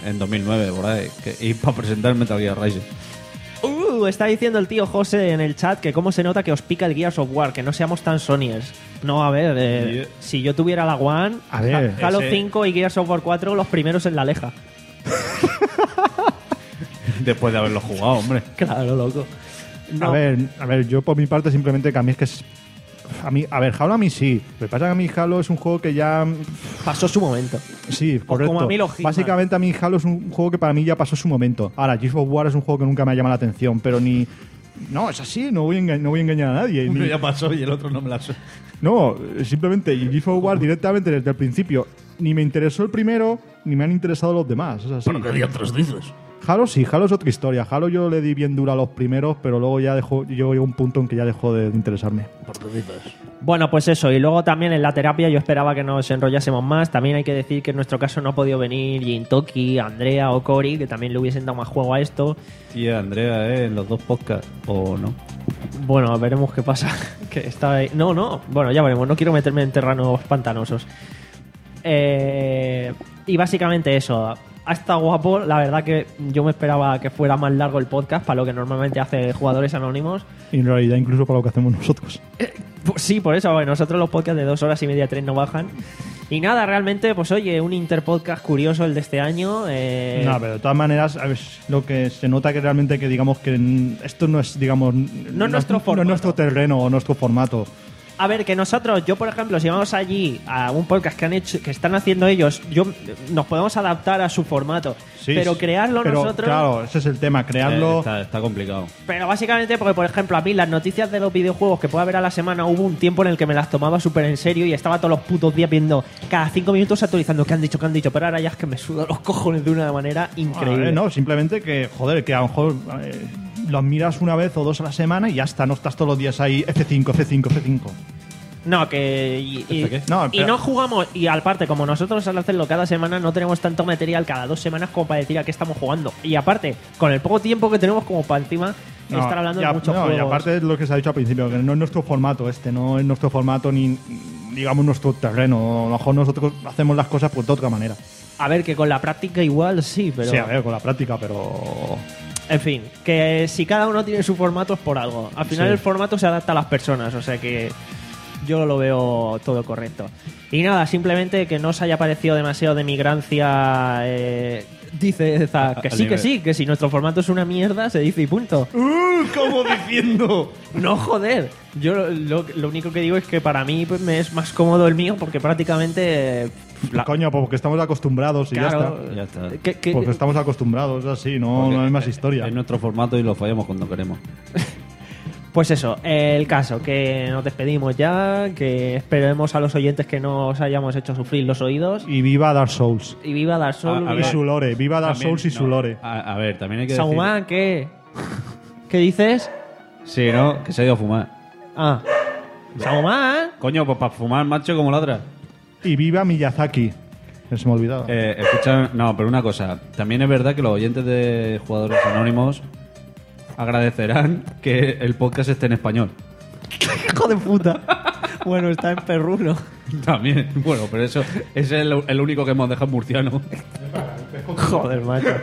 en 2009, por ahí, que, y para presentar Metal Gear Rising. Uh, está diciendo el tío José en el chat que cómo se nota que os pica el Gears of War, que no seamos tan Sonyers. No, a ver, eh, Yeah. si yo tuviera la One, A ver, Ha- Halo ese- 5 y Gears of War 4 los primeros en la leja. Después de haberlo jugado, hombre. Claro, loco. No, A ver, a ver, yo por mi parte simplemente que a mí es que es- a mí, a ver, Halo a mí sí. Lo que pasa es que a mí Halo es un juego que ya pasó su momento. sí, correcto. Pues como a mí los Hitman. Básicamente a mí Halo es un juego que para mí ya pasó su momento. Ahora, Gears of War es un juego que nunca me ha llamado la atención, pero ni no, es así, no voy a, enga- no voy a engañar a nadie. Uno ni- ya pasó y el otro no me la suena. no, simplemente Gears of War directamente desde el principio ni me interesó el primero, ni me han interesado los demás. Es así. Halo sí, Halo es otra historia. Halo yo le di bien dura a los primeros, pero luego ya dejó, yo llego a un punto en que ya dejó de interesarme. Bueno, pues eso. Y luego también en la terapia yo esperaba que nos enrollásemos más. También hay que decir que en nuestro caso no ha podido venir Jintoki, Andrea o Cory, que también le hubiesen dado más juego a esto. Tía, Andrea, ¿eh? En los dos podcasts. ¿O no? Bueno, veremos qué pasa. que está ahí. No, no. Bueno, ya veremos. No quiero meterme en terrenos pantanosos. Eh, y básicamente eso. Ha estado guapo. La verdad que yo me esperaba que fuera más largo el podcast para lo que normalmente hace jugadores anónimos. Y en realidad incluso para lo que hacemos nosotros. Pues sí, por eso. bueno, nosotros los podcasts de dos horas y media, tres no bajan. Y nada, realmente, pues oye, un interpodcast curioso el de este año. eh, No, pero de todas maneras, a ver, lo que se nota que realmente que digamos que mm, esto no es, digamos, no, nuestro no formato. es nuestro terreno o nuestro formato. A ver, que nosotros, yo por ejemplo, si vamos allí a un podcast que han hecho, que están haciendo ellos, yo nos podemos adaptar a su formato. Sí, pero sí. crearlo Pero, nosotros. Claro, ese es el tema, Eh, crearlo. Ah, está, está complicado. Pero básicamente porque, por ejemplo, a mí las noticias de los videojuegos que pueda ver a la semana hubo un tiempo en el que me las tomaba súper en serio y estaba todos los putos días viendo cada cinco minutos actualizando qué han dicho, qué han dicho. Pero ahora ya es que me suda los cojones de una manera increíble. Ah, eh, no, simplemente que, joder, que a lo mejor eh, los miras una vez o dos a la semana y ya está, no estás todos los días ahí F5, F5, F5. No, que. Y, y- ¿Esto qué? No, y pero- no jugamos. Y aparte, como nosotros al hacerlo cada semana, no tenemos tanto material cada dos semanas como para decir a qué estamos jugando. Y aparte, con el poco tiempo que tenemos como para encima No, estar hablando y a- de muchos no, juegos. Y aparte es lo que se ha dicho al principio, que no es nuestro formato este, no es nuestro formato ni, digamos, nuestro terreno. A lo mejor nosotros hacemos las cosas pues, de otra manera. A ver, que con la práctica igual sí, pero. Sí, a ver, con la práctica, pero... En fin, que si cada uno tiene su formato es por algo. Al final Sí. el formato se adapta a las personas, o sea que yo lo veo todo correcto. Y nada, simplemente que no os haya parecido demasiado de migrancia. eh, dice Zack que Al sí, que nivel. sí, que si nuestro formato es una mierda, se dice y punto. ¿Cómo diciendo? No joder, yo lo, lo- lo único que digo es que para mí pues, me es más cómodo el mío porque prácticamente. eh, la- Coño, porque estamos acostumbrados y ya claro, está. Ya está. que- que- Porque estamos acostumbrados, así, no, no hay más historia. Es nuestro formato y lo fallamos cuando queremos. Pues eso, eh, el caso, que nos despedimos ya, que esperemos a los oyentes que no os hayamos hecho sufrir los oídos. Y viva Dark Souls. Y viva Dark Souls. A- a Y ver, su lore, viva Dark También, Souls y su no, lore. A, a ver, también hay que decir... Saumán, ¿qué? ¿Qué dices? Sí, ¿no? Que se ha ido a fumar. Ah. Saumán. Coño, pues para fumar, macho, como la otra. Y viva Miyazaki. Que se me olvidaba. Eh, escucha, no, pero una cosa. También es verdad que los oyentes de Jugadores Anónimos agradecerán que el podcast esté en español. Hijo de puta. Bueno, está en perruno. También. Bueno, pero eso es el, el único que hemos dejado en murciano. Joder, macho.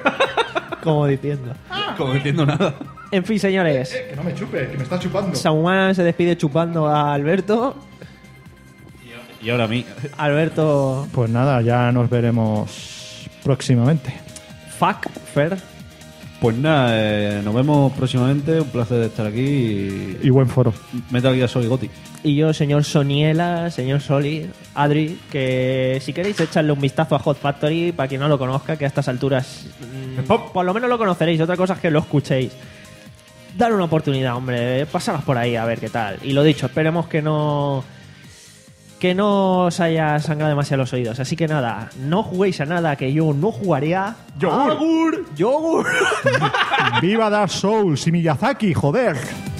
Como diciendo. Como entiendo nada. En fin, señores. Eh, que no me chupe, que me está chupando. Saumán se despide chupando a Alberto. Y ahora a mí. Alberto. Pues nada, ya nos veremos próximamente. Fuck, Fer. Pues nada, eh, nos vemos próximamente. Un placer de estar aquí. Y Y buen foro. Metal Gear Solid Gothic. Y yo, señor Soniela, señor Soli, Adri, que si queréis echarle un vistazo a Hot Factory, para quien no lo conozca, que a estas alturas mm, por lo menos lo conoceréis, otra cosa es que lo escuchéis. Dar una oportunidad, hombre, pasaros por ahí a ver qué tal. Y lo dicho, esperemos que no que no os haya sangrado demasiado los oídos. Así que nada, no juguéis a nada que yo no jugaría. Yogur. Yogur. ¡Viva Dark Souls y Miyazaki, joder!